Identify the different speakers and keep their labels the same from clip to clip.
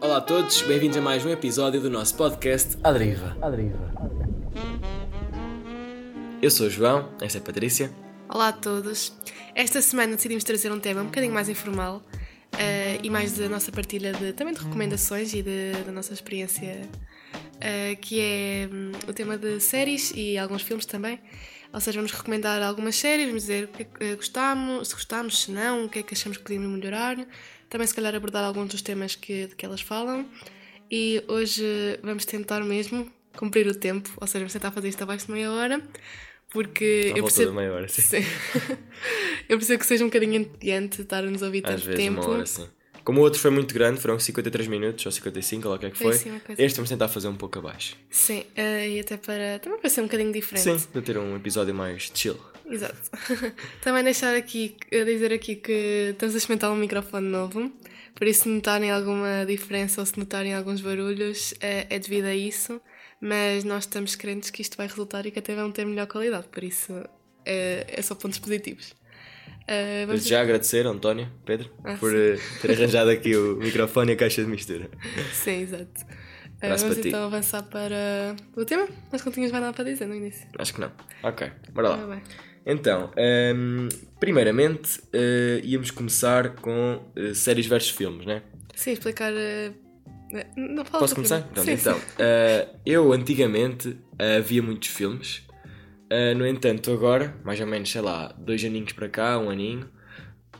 Speaker 1: Olá a todos, bem-vindos a mais um episódio do nosso podcast A Deriva.
Speaker 2: à deriva.
Speaker 1: Eu sou o João, esta é a Patrícia.
Speaker 3: Olá a todos. Esta semana decidimos trazer um tema um bocadinho mais informal eh, e mais da nossa partilha de, também de recomendações e de- da nossa experiência, eh, que é hum, o tema de séries e alguns filmes também. Ou seja, vamos recomendar algumas séries, vamos dizer o que é que eh, gostámos, se gostámos, se não, o que é que achamos que podíamos melhorar. Também, se calhar, abordar alguns dos temas que, de que elas falam. E hoje eh, vamos tentar mesmo cumprir o tempo, ou seja, vamos tentar fazer isto abaixo de meia hora, porque
Speaker 1: À
Speaker 3: eu
Speaker 1: volta
Speaker 3: percebo.
Speaker 1: da meia hora, sim.
Speaker 3: Sim. Eu percebo que seja um bocadinho entediante estar a nos ouvir
Speaker 1: Às
Speaker 3: tanto
Speaker 1: vezes
Speaker 3: tempo.
Speaker 1: uma hora, sim. Como o outro foi muito grande, foram 53 minutos ou 55, ou lá o que é que
Speaker 3: Foi
Speaker 1: foi.
Speaker 3: assim uma coisa.
Speaker 1: Este vamos tentar fazer um pouco abaixo.
Speaker 3: Sim, eh, e até para. Também para ser um bocadinho diferente.
Speaker 1: Sim, para ter um episódio mais chill.
Speaker 3: Exato. também deixar aqui, eh, dizer aqui que estamos a experimentar um microfone novo. Por isso, se notarem alguma diferença ou se notarem alguns barulhos, eh, é devido a isso. Mas nós estamos crentes que isto vai resultar e que até vão ter melhor qualidade. Por isso, eh, é só pontos positivos. Eh, vamos
Speaker 1: Desde já agradecer, ao António, Pedro,
Speaker 3: Ah,
Speaker 1: por eh, ter arranjado aqui o microfone e a caixa de mistura.
Speaker 3: Sim, exato. Uh,
Speaker 1: Abraço
Speaker 3: vamos
Speaker 1: para ti.
Speaker 3: então avançar para o tema. Nós não tínhamos mais nada para dizer no início.
Speaker 1: Acho que não. Ok, bora lá.
Speaker 3: Ah, bem.
Speaker 1: Então, hum, primeiramente, eh, íamos começar com eh, séries versus filmes, né?
Speaker 3: Sim, explicar. uh, Não não fala
Speaker 1: Posso
Speaker 3: tu
Speaker 1: começar?
Speaker 3: primeiro.
Speaker 1: Pronto, então,
Speaker 3: Sim, sim.
Speaker 1: eh, eu antigamente eh, via muitos filmes, Eh, no entanto, agora, mais ou menos, sei lá, dois aninhos para cá, um aninho,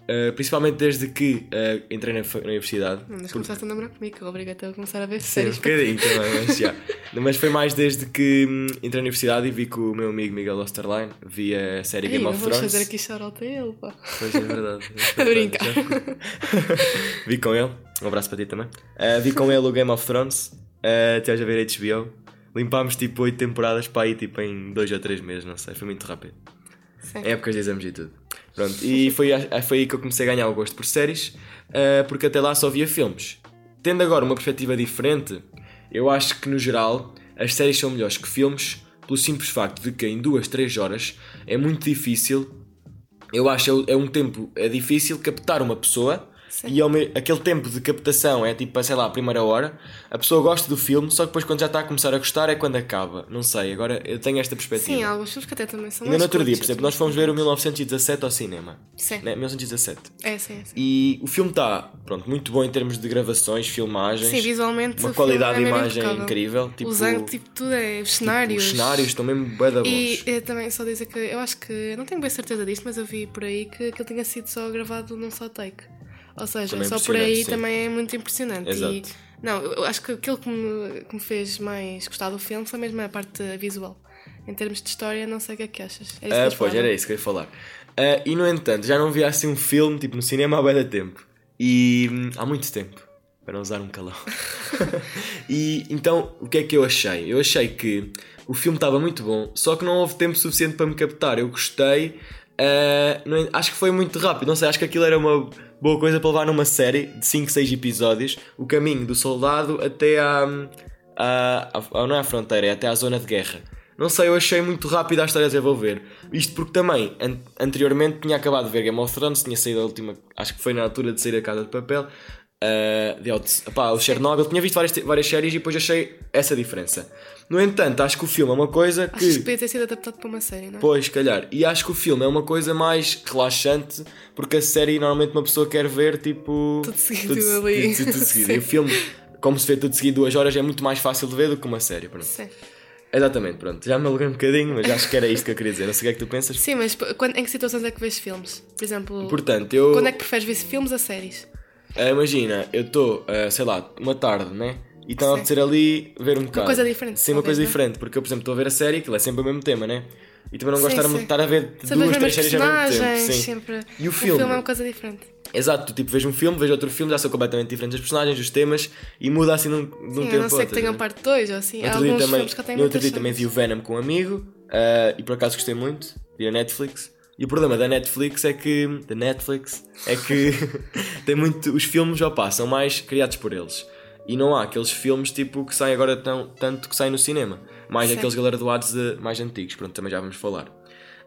Speaker 1: eh, principalmente desde que eh, entrei na, fa- na universidade.
Speaker 3: Mas
Speaker 1: porque-
Speaker 3: começaste a namorar comigo, obrigada a começar a ver
Speaker 1: Sim, um
Speaker 3: séries.
Speaker 1: bocadinho também, mas já. Mas foi mais desde que hum, entrei na universidade e vi que o meu amigo Miguel Osterlein via a série
Speaker 3: Ei,
Speaker 1: Game
Speaker 3: não
Speaker 1: of
Speaker 3: vamos
Speaker 1: Thrones.
Speaker 3: fazer aqui shout-out a ele, pá.
Speaker 1: Pois é verdade.
Speaker 3: A brincar.
Speaker 1: vi com ele, um abraço para ti também. Ah, vi com ele o Game of Thrones, uh, estás a ver HBO. Limpámos tipo 8 temporadas para aí tipo em 2 ou 3 meses, não sei, foi muito rápido.
Speaker 3: Sim.
Speaker 1: Em épocas de exames e tudo. Pronto, e foi, a- foi aí que eu comecei a ganhar o gosto por séries, ah, porque até lá só via filmes. Tendo agora uma perspectiva diferente, eu acho que no geral as séries são melhores que filmes, pelo simples facto de que em 2, 3 horas é muito difícil eu acho é o- é um tempo é difícil captar uma pessoa
Speaker 3: Sim.
Speaker 1: e ao me- aquele tempo de captação é tipo, sei lá, a primeira hora. A pessoa gosta do filme, só que depois quando já está a começar a gostar é quando acaba. Não sei, agora eu tenho esta perspectiva.
Speaker 3: Sim, há alguns filmes que até também são
Speaker 1: Ainda
Speaker 3: mais
Speaker 1: no outro dia, por
Speaker 3: curtos,
Speaker 1: exemplo, nós
Speaker 3: outros
Speaker 1: fomos ver o
Speaker 3: mais
Speaker 1: 1917 ao cinema.
Speaker 3: Sim.
Speaker 1: Né? 1917.
Speaker 3: É, sim, é, sim.
Speaker 1: E o filme está, pronto, muito bom em termos de gravações, filmagens.
Speaker 3: Sim, visualmente.
Speaker 1: Uma
Speaker 3: o filme
Speaker 1: qualidade
Speaker 3: é
Speaker 1: de
Speaker 3: mesmo
Speaker 1: imagem
Speaker 3: impecável.
Speaker 1: incrível. Tipo,
Speaker 3: Os ângulos, tipo, tudo é. Os cenários.
Speaker 1: Os cenários estão mesmo bué da bons.
Speaker 3: E eh, também só dizer que eu acho que eu não tenho bem certeza disto, mas eu vi por aí que aquilo tinha sido só gravado num só take. Ou seja,
Speaker 1: Também
Speaker 3: só por aí
Speaker 1: impressionante, sim.
Speaker 3: também é muito impressionante. E,
Speaker 1: Exato.
Speaker 3: não, eu eu acho que aquilo que me, que me fez mais gostar do filme foi mesmo a parte visual. Em termos de história, não sei o que é que achas. É isso que
Speaker 1: Ah,
Speaker 3: eles
Speaker 1: pois,
Speaker 3: falaram?
Speaker 1: era isso que eu ia falar. Ah, e no entanto, já não vi assim um filme tipo no cinema há bem tempo. E hum, há muito tempo, para usar um calão. e então, o que é que eu achei? Eu achei que o filme estava muito bom, só que não houve tempo suficiente para me captar. Eu gostei, ah, no en- acho que foi muito rápido. Não sei, acho que aquilo era uma boa coisa para levar numa série de 5, 6 episódios. O caminho do soldado até à. hum, à- à- à- não é à fronteira, é até à zona de guerra. Não sei, eu achei muito rápido a história a desenvolver. Isto porque também, an- anteriormente, tinha acabado de ver Game of Thrones, tinha saído a última. Acho que foi na altura de sair a Casa de Papel. ah, de Out- pá, o Chernobyl, tinha visto várias, te- várias séries e depois achei essa diferença. No entanto, acho que o filme é uma coisa que.
Speaker 3: Achas que podia ter sido adaptado para uma série, não é?
Speaker 1: Pois, se calhar. E acho que o filme é uma coisa mais relaxante, porque a série normalmente uma pessoa quer ver tipo.
Speaker 3: Tudo seguido ali.
Speaker 1: Tudo, tudo seguido. E
Speaker 3: Sim.
Speaker 1: o filme, como se vê tudo seguido duas horas, é muito mais fácil de ver do que uma série. Pronto.
Speaker 3: Sim.
Speaker 1: Exatamente, pronto. Já me aluguei um bocadinho, mas acho que era isto que eu queria dizer. Não sei o que é que tu pensas.
Speaker 3: Sim, mas p- quando- em que situações é que vês filmes? Por exemplo,
Speaker 1: Portanto, eu.
Speaker 3: quando é que preferes ver filmes a séries?
Speaker 1: eh, imagina, eu estou, sei lá, uma tarde, né? E estava a
Speaker 3: Sim.
Speaker 1: acontecer ali ver um bocado.
Speaker 3: coisa diferente,
Speaker 1: Sim, uma
Speaker 3: talvez,
Speaker 1: coisa
Speaker 3: não é?
Speaker 1: diferente, porque eu, por exemplo, estou a ver a série, aquilo é sempre o mesmo tema, né? E também não gosto
Speaker 3: Sim,
Speaker 1: de estar a-
Speaker 3: sim.
Speaker 1: estar a ver
Speaker 3: Saber
Speaker 1: duas,
Speaker 3: ver
Speaker 1: três
Speaker 3: mais
Speaker 1: séries ao mesmo tempo.
Speaker 3: personagens,
Speaker 1: Sim.
Speaker 3: sempre.
Speaker 1: E o
Speaker 3: o
Speaker 1: filme?
Speaker 3: filme é uma coisa diferente.
Speaker 1: Exato, tu tipo, vejo um filme, vejo outro filme, já são completamente diferentes os personagens, os temas e muda assim num, num
Speaker 3: Sim,
Speaker 1: tempo.
Speaker 3: a não
Speaker 1: ao
Speaker 3: ser que
Speaker 1: outro,
Speaker 3: tenham
Speaker 1: né?
Speaker 3: parte 2 ou assim.
Speaker 1: No
Speaker 3: Há
Speaker 1: outro dia
Speaker 3: alguns
Speaker 1: também,
Speaker 3: filmes que eu tenho
Speaker 1: no outro
Speaker 3: muitas
Speaker 1: dia também vi o
Speaker 3: séries.
Speaker 1: Venom com um amigo ah, e por acaso gostei muito, vi a Netflix. E o problema da Netflix é que. Da Netflix é que tem muito. Os filmes, opá, são mais criados por eles. E não há aqueles filmes tipo que saem agora tão, tanto que saem no cinema. Mais
Speaker 3: Certo.
Speaker 1: aqueles galardoados eh, mais antigos, pronto, também já vamos falar.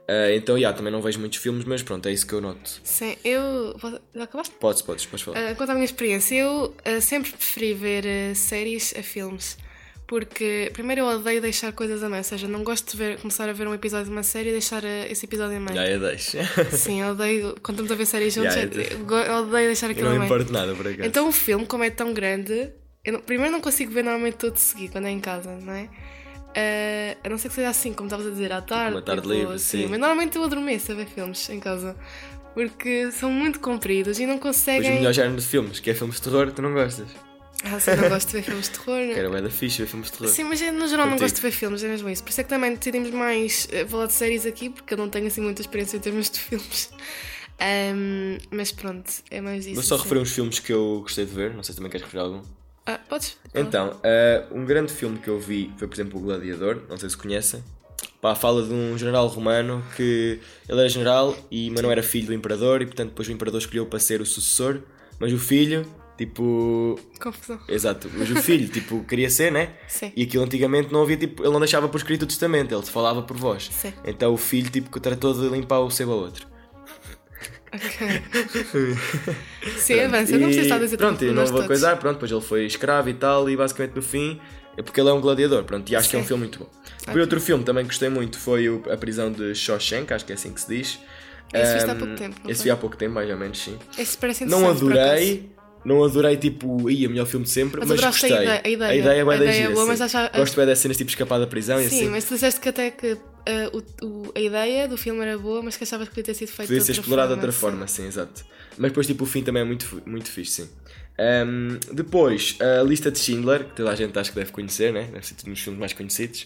Speaker 1: Ah, então, já, também não vejo muitos filmes, mas pronto, é isso que eu noto.
Speaker 3: Sim, eu. vou- Já acabaste?
Speaker 1: Podes, podes, podes falar.
Speaker 3: Ah, quanto à minha experiência, eu ah, sempre preferi ver ah, séries a filmes. Porque, primeiro, eu odeio deixar coisas a meio, ou seja, não gosto de ver, começar a ver um episódio de uma série e deixar ah, esse episódio a meio.
Speaker 1: Já, é eu deixo.
Speaker 3: Sim, eu odeio. Quando estamos a ver séries juntos,
Speaker 1: Yeah,
Speaker 3: eu- eu go- eu odeio deixar
Speaker 1: eu
Speaker 3: aquilo a
Speaker 1: não
Speaker 3: meio.
Speaker 1: importo nada, por acaso.
Speaker 3: Então o filme, como é tão grande, eu não- primeiro não consigo ver normalmente tudo de seguir quando é em casa, não é? Ah, a não ser que seja assim, como estavas a dizer, à tarde.
Speaker 1: Tipo
Speaker 3: tipo assim.
Speaker 1: uma tarde livre, sim.
Speaker 3: Mas normalmente eu adormeço a ver filmes em casa. Porque são muito compridos e não
Speaker 1: Pois o
Speaker 3: conseguem.
Speaker 1: melhor género de filmes, que é filmes de terror, tu não gostas.
Speaker 3: Ah, sim, não gosto de ver filmes de terror.
Speaker 1: Que era bué da fixe ver filmes de terror.
Speaker 3: É. Sim, mas eu, no geral não
Speaker 1: Contigo.
Speaker 3: gosto de ver filmes, é mesmo isso. Por isso é que também decidimos mais eh, falar de séries aqui, porque eu não tenho assim muita experiência em termos de filmes. Ahm, mas pronto, é mais isso.
Speaker 1: Vou só
Speaker 3: sim.
Speaker 1: referir uns filmes que eu gostei de ver, não sei se também queres referir algum.
Speaker 3: Ah, podes?
Speaker 1: Então, eh, um grande filme que eu vi foi, por exemplo, O Gladiador, não sei se conhecem. Pá, fala de um general romano que ele era general e mas não era filho do imperador e portanto depois o imperador escolheu para ser o sucessor, mas o filho, tipo,
Speaker 3: Confusão.
Speaker 1: exato, mas o filho, tipo, queria ser, né?
Speaker 3: Sim.
Speaker 1: E aquilo antigamente não havia, tipo, ele não deixava por escrito o testamento, ele falava por voz.
Speaker 3: Sim.
Speaker 1: Então o filho, tipo, que tratou de limpar o sebo ao outro.
Speaker 3: Ok. Sim, avança. Eu não preciso estar a dizer
Speaker 1: Pronto,
Speaker 3: tudo
Speaker 1: eu não
Speaker 3: nós
Speaker 1: vou
Speaker 3: todos.
Speaker 1: coisar, pronto, depois ele foi escravo e tal, e basicamente no fim, é porque ele é um gladiador, pronto, e acho que é um
Speaker 3: Sim.
Speaker 1: filme muito bom. Depois
Speaker 3: Ok.
Speaker 1: outro filme também que gostei muito foi o- A Prisão de Shawshank, acho que é assim que se diz.
Speaker 3: Esse viste há
Speaker 1: Ahm,
Speaker 3: pouco tempo, não
Speaker 1: é, Esse
Speaker 3: foi?
Speaker 1: vi há pouco tempo, mais ou menos, sim.
Speaker 3: Esse parece
Speaker 1: Não
Speaker 3: interessante, por acaso.
Speaker 1: adorei, não adorei tipo, ia, melhor filme de sempre,
Speaker 3: Mas
Speaker 1: mas,
Speaker 3: adoraste a
Speaker 1: gostei.
Speaker 3: ideia- a ideia.
Speaker 1: é bué
Speaker 3: A
Speaker 1: da
Speaker 3: ideia é
Speaker 1: gira,
Speaker 3: boa,
Speaker 1: sim.
Speaker 3: mas acho-
Speaker 1: Gosto bem das cenas tipo escapar da prisão e
Speaker 3: Sim,
Speaker 1: assim.
Speaker 3: mas tu disseste que até que ah, o- o- a ideia do filme era boa, mas que achavas que podia ter sido feita
Speaker 1: Podia
Speaker 3: de
Speaker 1: ser
Speaker 3: outra
Speaker 1: explorado de
Speaker 3: forma.
Speaker 1: outra forma, sim, exato. Mas depois, tipo, o fim também é muito, fi- muito fixe, sim. Ahm, depois, a lista de Schindler, que toda a gente acho que deve conhecer, né? Deve ser um dos filmes mais conhecidos.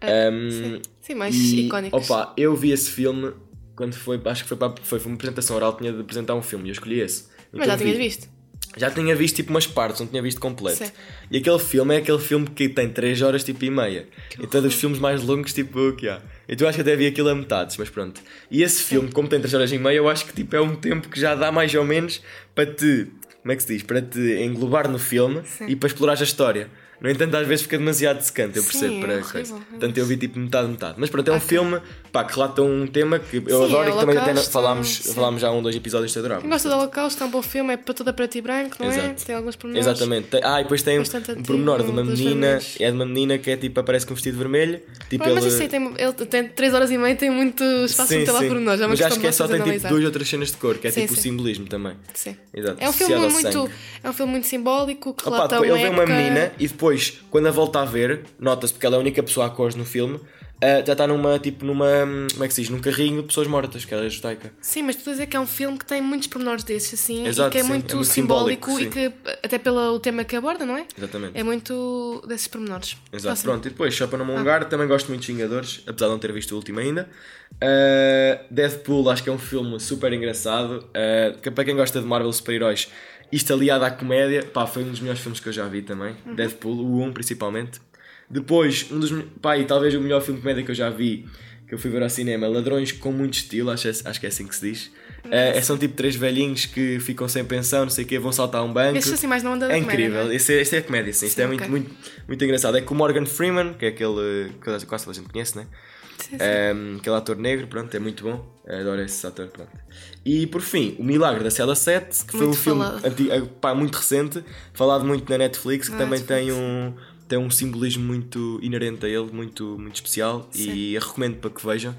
Speaker 1: Ahm,
Speaker 3: Sim, sim mais
Speaker 1: Hum, e,
Speaker 3: icónicas.
Speaker 1: Opa, eu vi esse filme quando foi, acho que foi, para, foi, foi uma apresentação oral, tinha de apresentar um filme e eu escolhi esse.
Speaker 3: mas já
Speaker 1: Então
Speaker 3: tinhas
Speaker 1: vi.
Speaker 3: visto?
Speaker 1: Já tinha visto tipo umas partes, não tinha visto completo.
Speaker 3: Sim.
Speaker 1: E aquele filme é aquele filme que tem 3 horas tipo, e meia.
Speaker 3: Que
Speaker 1: Então é dos filmes mais longos tipo, que há. Então acho que até vi aquilo a metades, mas pronto. E esse filme, como tem 3 horas e meia, eu acho que tipo, é um tempo que já dá mais ou menos para te. Como é que se diz? Para te englobar no filme
Speaker 3: Sim.
Speaker 1: e para explorar a história. No entanto, às vezes fica demasiado secante, eu
Speaker 3: Sim,
Speaker 1: percebo.
Speaker 3: é
Speaker 1: para a
Speaker 3: horrível,
Speaker 1: coisa.
Speaker 3: é
Speaker 1: Portanto, eu vi tipo metade, metade. Mas pronto, é um filme pá, que relata um tema que eu
Speaker 3: Sim,
Speaker 1: adoro
Speaker 3: é
Speaker 1: e que também até não-
Speaker 3: holocausto,
Speaker 1: falámos,
Speaker 3: sim.
Speaker 1: falámos já um, dois episódios que eu adorava.
Speaker 3: Quem gosta do Holocausto, é um bom filme, é para toda preto e branco, não
Speaker 1: Exato.
Speaker 3: é? Tem alguns pormenores.
Speaker 1: Exatamente. Tem- Ah, e depois tem um,
Speaker 3: Bastante
Speaker 1: um
Speaker 3: antigo,
Speaker 1: pormenor de uma
Speaker 3: dos
Speaker 1: menina.
Speaker 3: vermelhos.
Speaker 1: É de uma menina que é tipo, aparece com um vestido vermelho. Tipo,
Speaker 3: Pá, mas isso aí tem, ele tem 3 horas e meia, tem muito espaço
Speaker 1: Sim,
Speaker 3: para lá
Speaker 1: sim.
Speaker 3: por nós. É uma
Speaker 1: Mas acho
Speaker 3: questão
Speaker 1: que é
Speaker 3: de
Speaker 1: só
Speaker 3: vocês
Speaker 1: tem tipo
Speaker 3: analisarem.
Speaker 1: duas outras cenas de cor, que é
Speaker 3: Sim,
Speaker 1: tipo o
Speaker 3: sim.
Speaker 1: simbolismo também.
Speaker 3: Sim.
Speaker 1: Exato.
Speaker 3: É um filme
Speaker 1: associado ao
Speaker 3: muito,
Speaker 1: sangue.
Speaker 3: é um filme muito simbólico que
Speaker 1: Opa,
Speaker 3: relata
Speaker 1: depois
Speaker 3: uma
Speaker 1: ele vê uma
Speaker 3: época-
Speaker 1: menina e depois, quando a volta a ver, nota-se porque ela é a única pessoa a cores no filme, ah, já está numa, tipo, numa. hum, Como é que se diz? Num carrinho de pessoas mortas, que ela é judaica.
Speaker 3: Sim, mas tu dizer que é um filme que tem muitos pormenores desses, assim,
Speaker 1: Exato,
Speaker 3: e que é
Speaker 1: sim.
Speaker 3: muito,
Speaker 1: É muito
Speaker 3: simbólico,
Speaker 1: simbólico,
Speaker 3: e que, até pelo tema que aborda, não é?
Speaker 1: Exatamente.
Speaker 3: É muito desses pormenores. Tá
Speaker 1: Exato,
Speaker 3: Próximo.
Speaker 1: pronto. E depois, só para não me alongar, também gosto muito de Vingadores, apesar de não ter visto o último ainda. Uh, Deadpool, acho que é um filme super engraçado. uh, que para quem gosta de Marvel super-heróis, isto aliado à comédia, pá, foi um dos melhores filmes que eu já vi também. Deadpool, o 1 principalmente. Depois, um dos. me- pá, e talvez o melhor filme de comédia que eu já vi, que eu fui ver ao cinema, Ladrões com muito estilo, acho, acho que é assim que se diz. Uh, é- são tipo três velhinhos que ficam sem pensão, não sei o quê, vão saltar um banco.
Speaker 3: Este assim mais na onda da
Speaker 1: É
Speaker 3: comédia,
Speaker 1: incrível,
Speaker 3: não é?
Speaker 1: Este, é, este é comédia, sim. Isto
Speaker 3: Sim,
Speaker 1: é muito,
Speaker 3: ok.
Speaker 1: muito, muito engraçado. É com o Morgan Freeman, que é aquele que quase toda a gente conhece, né?
Speaker 3: Sim, sim.
Speaker 1: Um, aquele ator negro, pronto, é muito bom. Adoro esse ator, pronto. E por fim, O Milagre da Cela 7, que foi
Speaker 3: Muito
Speaker 1: um filme
Speaker 3: falado.
Speaker 1: antigo, pá, muito recente, falado muito na Netflix, que
Speaker 3: Na
Speaker 1: também tem
Speaker 3: Netflix.
Speaker 1: um, tem um simbolismo muito inerente a ele, muito, muito especial. E eu recomendo para que vejam.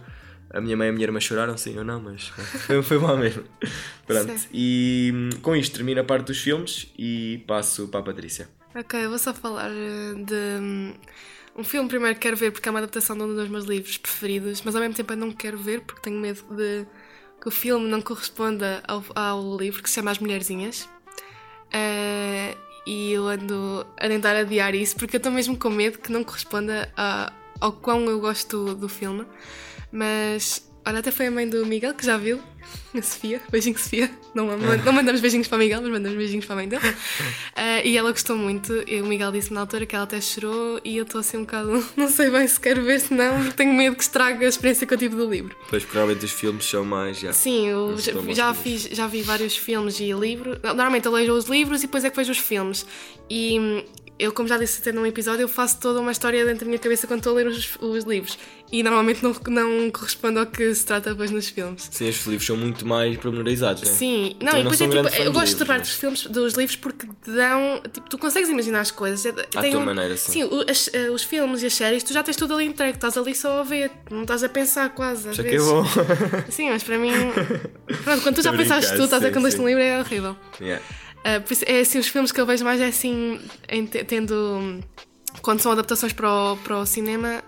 Speaker 1: A minha mãe e a minha irmã choraram, sim, eu não, mas foi, foi bom mesmo. Pronto,
Speaker 3: Sim.
Speaker 1: e hum, com isto termino a parte dos filmes e passo para a Patrícia.
Speaker 3: Ok, vou só falar eh, de hum, um filme primeiro que quero ver porque é uma adaptação de um dos meus livros preferidos, mas ao mesmo tempo eu não quero ver porque tenho medo de que o filme não corresponda ao, ao livro que se chama As Mulherzinhas. Eh, e eu ando a tentar adiar isso porque eu estou mesmo com medo que não corresponda a- ao quão eu gosto do filme. Mas Olha, até foi a mãe do Miguel que já viu, a Sofia. Beijinho, Sofia. Não, mand- não mandamos beijinhos para o Miguel, mas mandamos beijinhos para a mãe dele. Ah, e ela gostou muito. E o Miguel disse-me na altura que ela até chorou e eu estou assim um bocado. Não sei bem se quero ver, se não, porque tenho medo que estrague a experiência que eu tive do livro.
Speaker 1: Pois, porque normalmente os filmes são mais. já.
Speaker 3: Sim, eu
Speaker 1: Mas
Speaker 3: já,
Speaker 1: estou a
Speaker 3: já
Speaker 1: mostrar
Speaker 3: fiz, já vi vários filmes e livros. Normalmente eu leio os livros e depois é que vejo os filmes. E hum, eu, como já disse até num episódio, eu faço toda uma história dentro da minha cabeça quando estou a ler os, os livros. E normalmente não, não corresponde ao que se trata depois nos filmes.
Speaker 1: Sim, estes livros são muito mais pormenorizados, né?
Speaker 3: Sim, não,
Speaker 1: Eu
Speaker 3: e
Speaker 1: não
Speaker 3: depois
Speaker 1: sou
Speaker 3: é
Speaker 1: um grande
Speaker 3: tipo,
Speaker 1: fã
Speaker 3: eu
Speaker 1: de
Speaker 3: gosto de
Speaker 1: livros,
Speaker 3: parte
Speaker 1: mas-
Speaker 3: dos filmes, dos livros porque te dão, tipo, tu consegues imaginar as coisas. É-
Speaker 1: À
Speaker 3: tem
Speaker 1: tua
Speaker 3: um-
Speaker 1: maneira, sim.
Speaker 3: o- as- eh, os filmes e as séries, tu já tens tudo ali entregue, estás ali só a ver, não estás a pensar quase. às
Speaker 1: Isso é que é
Speaker 3: vezes.
Speaker 1: bom.
Speaker 3: Sim, mas para mim. Pronto, quando tu já
Speaker 1: Tô a
Speaker 3: pensaste
Speaker 1: brincar,
Speaker 3: tudo, estás a
Speaker 1: sim,
Speaker 3: quando este
Speaker 1: sim.
Speaker 3: livro é horrível.
Speaker 1: Yeah.
Speaker 3: Ah, por isso, é assim, os filmes que eu vejo mais é assim, em te- tendo. Quando são adaptações para o, para o cinema,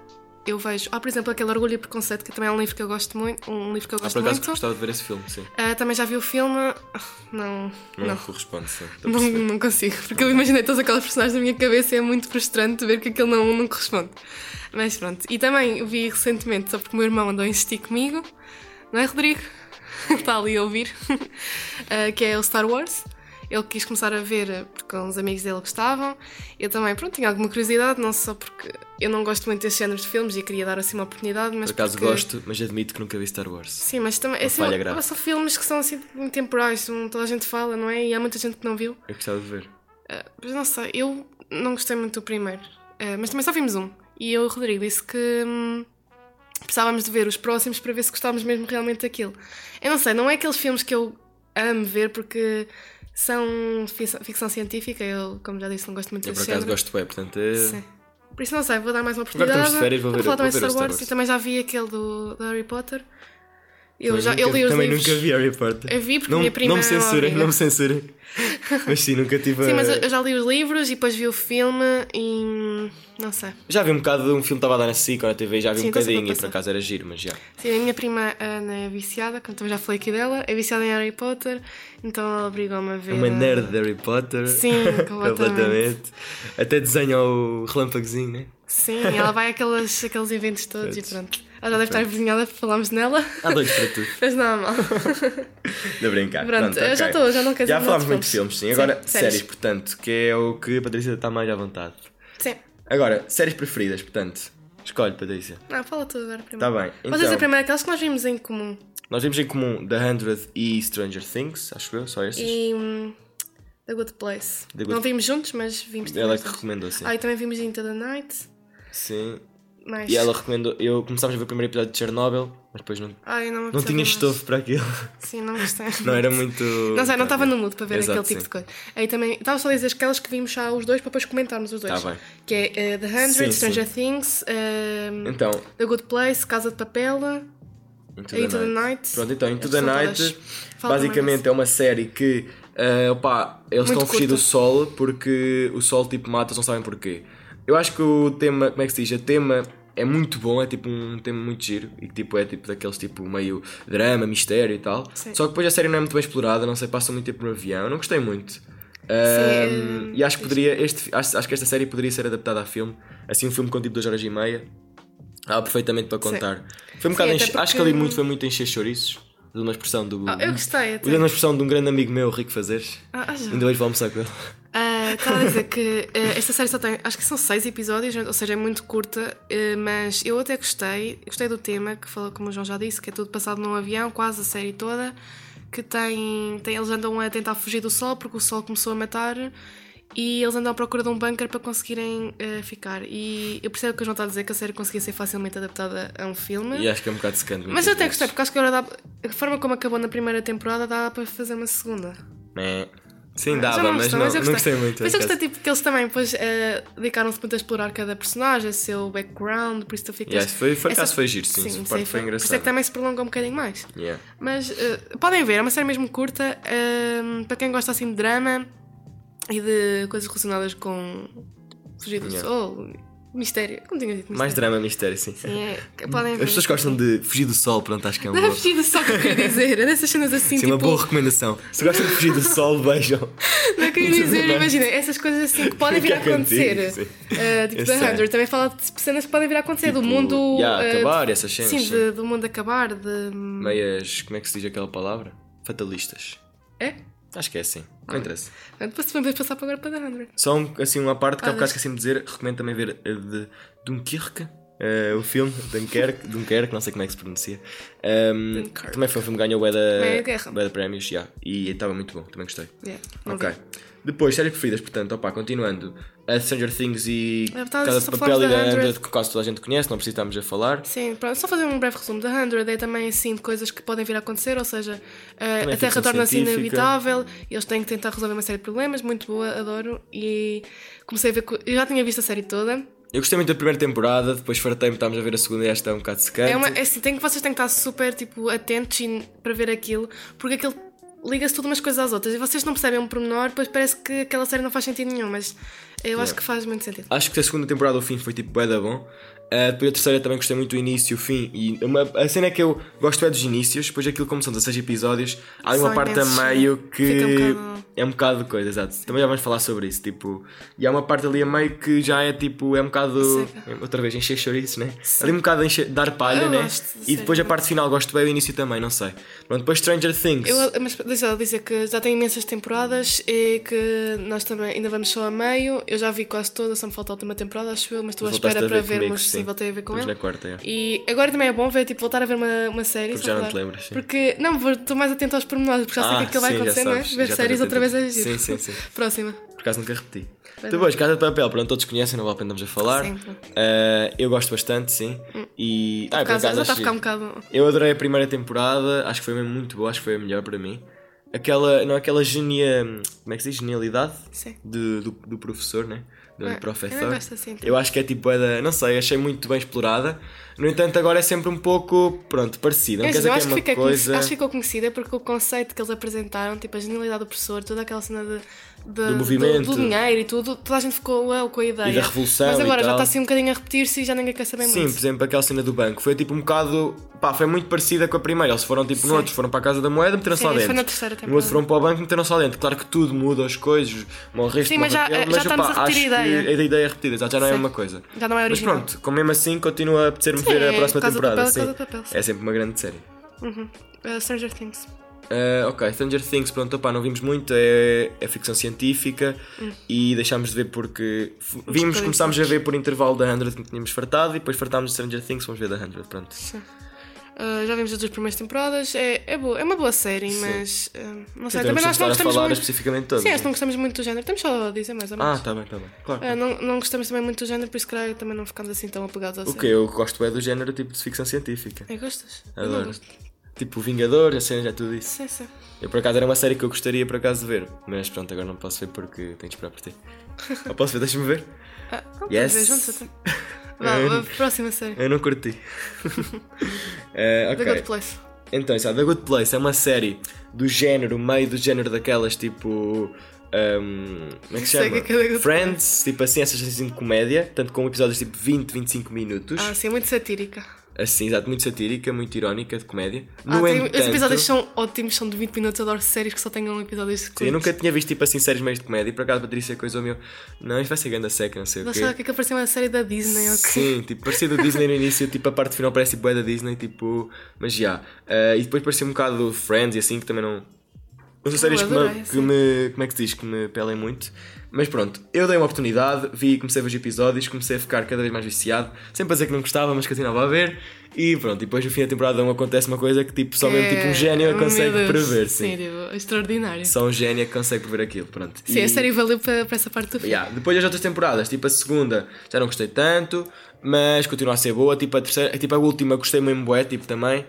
Speaker 3: eu vejo. Ah, por exemplo, aquele Orgulho e Preconceito, que também é um livro que eu gosto muito. Um livro que eu
Speaker 1: Ah,
Speaker 3: gosto
Speaker 1: por acaso
Speaker 3: muito.
Speaker 1: gostava de ver esse filme, sim.
Speaker 3: Ah, também já vi o filme. Ah, Não.
Speaker 1: Não,
Speaker 3: Não.
Speaker 1: corresponde, sim. Estou a
Speaker 3: Não,
Speaker 1: perceber.
Speaker 3: não consigo, porque eu imaginei todas aquelas personagens na minha cabeça e é muito frustrante ver que aquilo não, não corresponde. Mas pronto. E também vi recentemente, só porque o meu irmão andou a insistir comigo, não é, Rodrigo? Está ali a ouvir, eh, que é o Star Wars. Ele quis começar a ver eh, porque uns amigos dele gostavam. Eu também, pronto, tinha alguma curiosidade, não só porque eu não gosto muito deste género de filmes e queria dar assim uma oportunidade, mas.
Speaker 1: Por acaso
Speaker 3: porque-
Speaker 1: gosto, mas admito que nunca vi Star Wars.
Speaker 3: Sim, mas também. é assim,
Speaker 1: falha grave.
Speaker 3: são filmes que são assim temporais, toda a gente fala, não é? E há muita gente que não viu.
Speaker 1: Eu gostava de ver.
Speaker 3: Mas não sei, eu não gostei muito do primeiro. Eh, mas também só vimos um. E eu e o Rodrigo disse que hum, precisávamos de ver os próximos para ver se gostávamos mesmo realmente daquilo. Eu não sei, não é aqueles filmes que eu amo ver porque são fic- ficção científica. Eu, como já disse, não gosto muito
Speaker 1: Eu por
Speaker 3: desse
Speaker 1: acaso
Speaker 3: género.
Speaker 1: gosto bem, portanto. eh,
Speaker 3: Sim. Por isso não sei, vou dar mais
Speaker 1: Agora
Speaker 3: uma oportunidade.
Speaker 1: estamos de férias, vou
Speaker 3: Vou
Speaker 1: ver-
Speaker 3: falar
Speaker 1: vou
Speaker 3: também
Speaker 1: ver
Speaker 3: de
Speaker 1: o
Speaker 3: Star
Speaker 1: Star
Speaker 3: Wars,
Speaker 1: Wars.
Speaker 3: e também já vi aquele do, do Harry Potter. Eu,
Speaker 1: também
Speaker 3: já, eu
Speaker 1: nunca-
Speaker 3: li os
Speaker 1: Também
Speaker 3: livros.
Speaker 1: nunca vi Harry Potter.
Speaker 3: Eu vi porque
Speaker 1: não,
Speaker 3: minha prima
Speaker 1: Não me censurem,
Speaker 3: obriga.
Speaker 1: não me censurem. Mas sim, nunca tive.
Speaker 3: Sim, mas
Speaker 1: a-
Speaker 3: eu eu já li os livros e depois vi o filme e hum, não sei.
Speaker 1: Já vi um bocado de um filme que estava a dar na SIC ou na TV, já vi
Speaker 3: Sim,
Speaker 1: um
Speaker 3: então É sempre
Speaker 1: bocadinho e
Speaker 3: passa.
Speaker 1: por acaso era giro, mas já.
Speaker 3: Sim, a minha prima Ana é viciada, como também já falei aqui dela, é viciada em Harry Potter, então ela obrigou-me a ver.
Speaker 1: É uma
Speaker 3: eh,
Speaker 1: nerd de Harry Potter.
Speaker 3: Sim, completamente.
Speaker 1: Até desenha o relâmpagozinho, né?
Speaker 3: Sim, ela vai àqueles, àqueles eventos todos e pronto. Ela já deve estar
Speaker 1: Pronto.
Speaker 3: envergonhada por falarmos nela,
Speaker 1: Há dois para tudo.
Speaker 3: mas não há mal.
Speaker 1: De brincar.
Speaker 3: Pronto, eu já
Speaker 1: ok.
Speaker 3: estou, já não quero
Speaker 1: Já
Speaker 3: dizer
Speaker 1: falámos
Speaker 3: mais
Speaker 1: muito de filmes,
Speaker 3: filmes.
Speaker 1: sim.
Speaker 3: Sim,
Speaker 1: Agora,
Speaker 3: séries.
Speaker 1: séries. portanto, que é o que a Patrícia está mais à vontade.
Speaker 3: Sim.
Speaker 1: Agora, séries preferidas, portanto. Escolhe, Patrícia.
Speaker 3: Não, fala tu agora primeiro.
Speaker 1: Está bem.
Speaker 3: Vou dizer
Speaker 1: Então,
Speaker 3: primeiro é aquelas que nós vimos em comum.
Speaker 1: nós vimos em comum The Hundred e Stranger Things, acho eu, só estes.
Speaker 3: E hum, The Good Place.
Speaker 1: The Good-
Speaker 3: Não vimos juntos, mas vimos também.
Speaker 1: Ela é
Speaker 3: os
Speaker 1: que
Speaker 3: dois.
Speaker 1: recomendou, sim.
Speaker 3: Ah, e também vimos Into the Night.
Speaker 1: Sim.
Speaker 3: Mas...
Speaker 1: E ela recomendou. Eu começámos a ver o primeiro episódio de Chernobyl, mas depois não,
Speaker 3: Ai, não, me
Speaker 1: não
Speaker 3: apeteceu
Speaker 1: tinha
Speaker 3: mais.
Speaker 1: estofo para aquilo.
Speaker 3: Sim, não gostei.
Speaker 1: Não era muito.
Speaker 3: Não sei, não estava no mood para ver
Speaker 1: Exato,
Speaker 3: aquele tipo
Speaker 1: sim.
Speaker 3: de coisa. Aí também, estava só a dizer aquelas que vimos já os dois para depois comentarmos os dois.
Speaker 1: Tá bem.
Speaker 3: Que é eh, The
Speaker 1: Sim,
Speaker 3: Hundred, Stranger
Speaker 1: sim.
Speaker 3: Things, ehm,
Speaker 1: Então,
Speaker 3: The Good Place, Casa de Papel,
Speaker 1: Into
Speaker 3: Into the Night.
Speaker 1: Pronto, então, Into the
Speaker 3: São
Speaker 1: Night
Speaker 3: todas. Fala também
Speaker 1: basicamente é uma série que eh, opá, eles
Speaker 3: Muito
Speaker 1: estão a fugir do
Speaker 3: curta.
Speaker 1: sol porque o sol tipo mata, eles não sabem porquê. Eu acho que o tema, como é que se diz? O tema é muito bom, é tipo um tema muito giro e que tipo é tipo daqueles tipo meio drama, mistério e tal.
Speaker 3: Sim.
Speaker 1: Só que depois a série não é muito bem explorada, não sei, passa muito tempo no avião, eu não gostei muito.
Speaker 3: Sim, é
Speaker 1: Ahm, e acho que poderia, este, acho, acho que esta série poderia ser adaptada a filme, assim um filme com tipo 2 horas e meia. Há perfeitamente para contar. Foi um
Speaker 3: Sim,
Speaker 1: bocado
Speaker 3: até
Speaker 1: enche- Acho que
Speaker 3: porque-
Speaker 1: ali muito foi muito encher chouriços. De uma expressão do.
Speaker 3: Ah, eu gostei até.
Speaker 1: Usando uma expressão de um grande amigo meu, Rico Fazeres.
Speaker 3: Ah, ah, já.
Speaker 1: Ainda hoje vou almoçar com ele.
Speaker 3: Ah, Estava a dizer que eh, esta série só tem, acho que são seis episódios, ou seja, é muito curta, eh, mas eu até gostei, gostei do tema, que falou, como o João já disse, que é tudo passado num avião, quase a série toda, que tem, tem eles andam a tentar fugir do sol porque o sol começou a matar e eles andam à procura de um bunker para conseguirem eh, ficar. E eu percebo que o João está a dizer que a série conseguia ser facilmente adaptada a um filme.
Speaker 1: E acho que é um bocado secante.
Speaker 3: Mas eu até gostei, porque acho que agora dá, a forma como acabou na primeira temporada dá para fazer uma segunda.
Speaker 1: É. Sim,
Speaker 3: Já
Speaker 1: dava,
Speaker 3: não
Speaker 1: mas
Speaker 3: gostou,
Speaker 1: não, não gostei muito. é um
Speaker 3: Mas
Speaker 1: por
Speaker 3: eu gostei
Speaker 1: acaso.
Speaker 3: tipo, que eles também pois, eh, dedicaram-se muito a explorar cada personagem, o seu background, por isso tu ficas.
Speaker 1: Yeah, isso foi- por acaso
Speaker 3: Essa-
Speaker 1: foi giro, sim, essa parte foi
Speaker 3: Por isso é
Speaker 1: engraçada.
Speaker 3: que também se prolongou um bocadinho mais.
Speaker 1: assim. Yeah.
Speaker 3: Mas eh, podem ver, é uma série mesmo curta. eh, para quem gosta assim de drama e de coisas relacionadas com fugir do
Speaker 1: Yeah.
Speaker 3: sol, Mistério. Como tinha dito, mistério.
Speaker 1: Mais drama, mistério, sim.
Speaker 3: Sim, é. Podem
Speaker 1: As
Speaker 3: ver.
Speaker 1: pessoas gostam de fugir do sol, pronto, acho que é uma
Speaker 3: Não é
Speaker 1: boa.
Speaker 3: vestido só que eu queria dizer. É dessas cenas assim,
Speaker 1: Sim,
Speaker 3: tipo.
Speaker 1: uma boa recomendação. Se gostam de fugir do sol, vejam.
Speaker 3: Não é queria dizer, imagina, essas coisas assim que podem vir a
Speaker 1: Que acontecer,
Speaker 3: acontecer.
Speaker 1: sim.
Speaker 3: Ah, tipo,
Speaker 1: Eu
Speaker 3: The
Speaker 1: sei.
Speaker 3: Hundred também fala de cenas que podem vir a acontecer do
Speaker 1: é. Tipo,
Speaker 3: mundo.
Speaker 1: yeah,
Speaker 3: ah,
Speaker 1: acabar,
Speaker 3: de-
Speaker 1: essas cenas,
Speaker 3: Sim,
Speaker 1: sim.
Speaker 3: de- do mundo acabar, de.
Speaker 1: Meias, como é que se diz aquela palavra? Fatalistas.
Speaker 3: É?
Speaker 1: Acho que é assim, não interessa.
Speaker 3: Depois podemos passar para agora para The Hundred.
Speaker 1: Só um- assim uma parte que há
Speaker 3: Ah,
Speaker 1: bocado
Speaker 3: deixa.
Speaker 1: esqueci de dizer, recomendo também ver a de Dunkerque, eh, o filme Dunkerque, Dunkerque, não sei como é que se pronuncia. Ehm,
Speaker 3: Dunkerque.
Speaker 1: também foi um filme que ganhou bué
Speaker 3: Ganhou guerra.
Speaker 1: da- bué de prémios, yeah, e estava muito bom, também gostei.
Speaker 3: Yeah, não
Speaker 1: Ok.
Speaker 3: vi.
Speaker 1: Depois, séries preferidas, portanto, opá, continuando. A Stranger Things e
Speaker 3: Ah, tá,
Speaker 1: Casa de
Speaker 3: só
Speaker 1: Papel
Speaker 3: falamos
Speaker 1: e
Speaker 3: da
Speaker 1: da Android,
Speaker 3: Hundred.
Speaker 1: que quase toda a gente conhece, não precisamos a falar.
Speaker 3: Sim, pronto, só fazer um breve resumo. The Hundred é também assim de coisas que podem vir a acontecer, ou seja, eh,
Speaker 1: Também
Speaker 3: a Terra
Speaker 1: ficção
Speaker 3: torna-se
Speaker 1: científica.
Speaker 3: inabitável, eles têm que tentar resolver uma série de problemas, muito boa, adoro. E comecei a ver. co- Eu já tinha visto a série toda.
Speaker 1: Eu gostei muito da primeira temporada, depois fartei-me, estávamos a ver a segunda e esta é um bocado secante.
Speaker 3: É, uma, é assim, tem que, vocês têm que estar super tipo, atentos e- para ver aquilo, porque aquilo liga-se tudo umas coisas às outras e vocês não percebem um pormenor, pois parece que aquela série não faz sentido nenhum, mas eu acho que faz muito sentido.
Speaker 1: Acho que a segunda temporada, o fim foi tipo bué da bom. Uh, depois a terceira também gostei muito do início e o fim. E uma- a cena é que eu gosto é dos inícios, depois aquilo como são 16 episódios, há uma
Speaker 3: São
Speaker 1: parte
Speaker 3: imensos,
Speaker 1: a meio
Speaker 3: sim.
Speaker 1: que
Speaker 3: Fica um bocado-
Speaker 1: é um bocado de coisa, exato. Também já vamos falar sobre isso. Tipo, e há uma parte ali a meio que já é tipo, é um bocado.
Speaker 3: Seca.
Speaker 1: Outra vez, encher chouriço, né? Ali um bocado a encher, dar palha,
Speaker 3: Eu
Speaker 1: né?
Speaker 3: gosto,
Speaker 1: e depois a
Speaker 3: sério.
Speaker 1: parte final gosto bem, o início também, não sei. Pronto, depois Stranger Things.
Speaker 3: Eu, mas deixa eu dizer que já tem imensas temporadas e que nós também ainda vamos só a meio. Eu já vi quase toda, só me falta a última temporada, acho eu, mas estou à
Speaker 1: Voltaste
Speaker 3: espera
Speaker 1: a
Speaker 3: para
Speaker 1: ver comigo,
Speaker 3: vermos se
Speaker 1: sim.
Speaker 3: voltei a ver com
Speaker 1: Estamos
Speaker 3: ele.
Speaker 1: na quarta, é.
Speaker 3: E agora também é bom ver, tipo, voltar a ver uma, uma série.
Speaker 1: Porque
Speaker 3: só
Speaker 1: já não
Speaker 3: falar.
Speaker 1: te lembras, sim.
Speaker 3: Porque, não, vou- estou mais atenta aos pormenores, porque já sei
Speaker 1: Ah,
Speaker 3: que aquilo vai
Speaker 1: sim, já
Speaker 3: acontecer, não é?
Speaker 1: sabes, já
Speaker 3: Ver
Speaker 1: estás
Speaker 3: séries outra vez
Speaker 1: atenta.
Speaker 3: a giro.
Speaker 1: Sim, sim, sim.
Speaker 3: Próxima.
Speaker 1: Por acaso nunca repeti.
Speaker 3: Pois
Speaker 1: Depois, Casa de Papel, pronto, todos conhecem, não vale a pena estamos a falar.
Speaker 3: Sim, pronto.
Speaker 1: Eh, eu gosto bastante, sim. E. Ah,
Speaker 3: Hum. Por causa- já
Speaker 1: acho
Speaker 3: está a ficar um
Speaker 1: giro.
Speaker 3: bocado.
Speaker 1: Eu adorei a primeira temporada, acho que foi mesmo muito boa, acho que foi a melhor para mim. Aquela, não, aquela genia. Como é que se diz? Genialidade
Speaker 3: Sim.
Speaker 1: de- do, do professor, né? Do
Speaker 3: Não,
Speaker 1: professor.
Speaker 3: eu não gosto assim, então.
Speaker 1: Eu acho que é tipo, é da, não sei, achei muito bem explorada. No entanto, agora é sempre um pouco, pronto, parecida. Não quer
Speaker 3: Mas
Speaker 1: dizer
Speaker 3: eu
Speaker 1: que é
Speaker 3: acho que,
Speaker 1: uma
Speaker 3: fica
Speaker 1: coisa.
Speaker 3: conhe- acho que ficou conhecida porque o conceito que eles apresentaram, tipo a genialidade do professor, toda aquela cena de, de-
Speaker 1: Do movimento.
Speaker 3: do dinheiro e tudo, toda a gente ficou uau com a ideia.
Speaker 1: E da revolução
Speaker 3: Mas
Speaker 1: e
Speaker 3: agora já
Speaker 1: tal.
Speaker 3: está assim um bocadinho a repetir-se e já ninguém quer saber
Speaker 1: Sim, por
Speaker 3: muito.
Speaker 1: exemplo, aquela cena do banco foi tipo um bocado. pá, foi muito parecida com a primeira. Eles foram tipo, no
Speaker 3: Sim.
Speaker 1: outro foram para a casa da moeda, meteram
Speaker 3: Sim,
Speaker 1: só
Speaker 3: isso
Speaker 1: dentro.
Speaker 3: foi na terceira
Speaker 1: No outro
Speaker 3: temporada.
Speaker 1: foram para o banco, meteram só dentro. Claro que tudo muda, as coisas, morre este,
Speaker 3: Sim, mas
Speaker 1: morre
Speaker 3: já-
Speaker 1: aquele,
Speaker 3: já
Speaker 1: mas,
Speaker 3: estamos
Speaker 1: opá,
Speaker 3: a repetir
Speaker 1: acho
Speaker 3: a
Speaker 1: Que
Speaker 3: ideia.
Speaker 1: a ideia é repetida, já, já não é
Speaker 3: Sim.
Speaker 1: uma coisa.
Speaker 3: Já não é
Speaker 1: Mas
Speaker 3: original.
Speaker 1: pronto, como mesmo assim, continua a apetecer-me
Speaker 3: Sim,
Speaker 1: ver a
Speaker 3: é
Speaker 1: próxima
Speaker 3: Casa de
Speaker 1: temporada.
Speaker 3: Papel,
Speaker 1: sim.
Speaker 3: Casa de Papel, sim.
Speaker 1: É sempre uma grande série.
Speaker 3: Uh, Stranger Things.
Speaker 1: Ah, ok, Stranger Things, pronto, opá, não vimos muito, é, é ficção científica
Speaker 3: Hum.
Speaker 1: e deixámos de ver porque f- vimos,
Speaker 3: bocadinho
Speaker 1: começámos a ver por intervalo da 100 que tínhamos fartado e depois fartámos de Stranger Things, vamos ver da 100, pronto.
Speaker 3: Uh, já vimos as duas primeiras temporadas. É, é, boa, é uma boa série, mas uh, não sei.
Speaker 1: Sim, temos que
Speaker 3: Também nós não
Speaker 1: estar a
Speaker 3: gostamos
Speaker 1: falar
Speaker 3: muito.
Speaker 1: especificamente todos.
Speaker 3: Sim, acho que não gostamos muito do género. Estamos só a dizer mais ou
Speaker 1: Ah,
Speaker 3: menos.
Speaker 1: tá bem, tá bem. Claro.
Speaker 3: Uh, não, não gostamos também muito do género, por isso calhar também não ficamos assim tão apegados à
Speaker 1: o
Speaker 3: série.
Speaker 1: que eu gosto é do género tipo de ficção científica.
Speaker 3: É, gostas? Eu não
Speaker 1: Adoro.
Speaker 3: gosto.
Speaker 1: Tipo Vingador, a cena já tudo isso.
Speaker 3: Sim, sim.
Speaker 1: Eu por acaso era uma série que eu gostaria por acaso de ver, mas pronto, agora não posso ver porque tenho de esperar por ti. Não posso ver, deixa-me ver.
Speaker 3: Ah, vamos
Speaker 1: Yes.
Speaker 3: ver juntos até. Vá, a próxima série.
Speaker 1: Eu não curti. Eh,
Speaker 3: The
Speaker 1: ok.
Speaker 3: Good Place.
Speaker 1: Então, isso, The Good Place é uma série do género, meio do género daquelas tipo. hum, como é que se
Speaker 3: Sei
Speaker 1: chama?
Speaker 3: que é The Good
Speaker 1: Friends, tipo assim, essas assim de comédia, tanto com episódios tipo 20, 25 minutos.
Speaker 3: Ah, sim, é muito satírica.
Speaker 1: Assim, exato, muito satírica, muito irónica, de comédia.
Speaker 3: Ah, tem- os episódios são ótimos, são de 20 minutos. Eu adoro séries que só tenham episódios curtos.
Speaker 1: eu nunca tinha visto tipo assim séries meios de comédia e por acaso a Patrícia coisou meu. Não, isto vai ser grande seca, não sei o
Speaker 3: Não
Speaker 1: quê.
Speaker 3: sei o que é que apareceu uma série da Disney, ok?
Speaker 1: Sim, tipo, parecia do Disney no início, tipo, a parte final parece boa da Disney, tipo, mas já. Eh, e depois parecia um bocado do Friends e assim, que também não. Não são séries que, me,
Speaker 3: adorei,
Speaker 1: que
Speaker 3: sim.
Speaker 1: me- Como é que se diz? Que me pelem muito. Mas pronto, eu dei uma oportunidade, vi, comecei a ver os episódios, comecei a ficar cada vez mais viciado, sempre a dizer que não gostava, mas continuava a ver. E pronto, e depois no fim da temporada um acontece uma coisa que tipo, só mesmo tipo um gênio
Speaker 3: meu
Speaker 1: consegue
Speaker 3: Deus,
Speaker 1: prever, sim.
Speaker 3: tipo, extraordinário.
Speaker 1: Só um gênio é que consegue prever aquilo, pronto.
Speaker 3: Sim,
Speaker 1: E-
Speaker 3: a série valeu para, para essa parte do filme.
Speaker 1: Yeah, Depois as outras temporadas, tipo a segunda já não gostei tanto, mas continua a ser boa. Tipo a terceira, tipo a última gostei mesmo bué, tipo também.